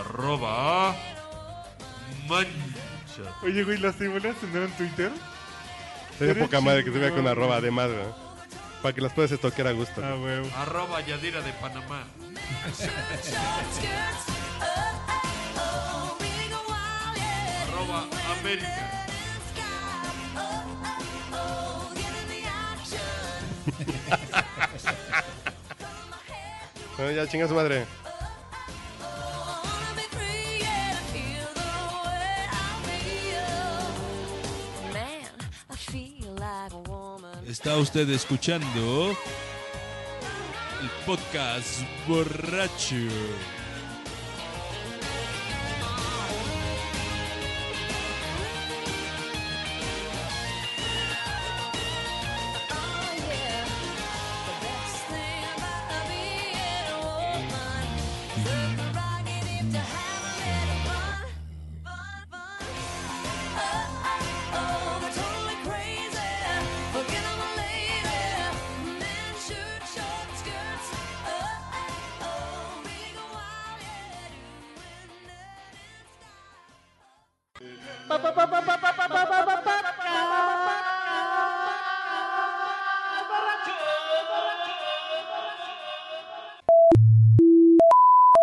arroba. Mancha. Oye, güey, ¿las tribunas tendrán Twitter? Sería Eres poca madre que se vea con chingón. arroba además, güey. Para que las puedas estoquear a gusto. Ah, güey. Arroba Yadira de Panamá. Arroba América. Bueno, Ah, ya chingas madre. Man, I feel like a woman. Está usted escuchando el podcast borracho. Oh, yeah. The best thing about being a woman. Super rocket if you have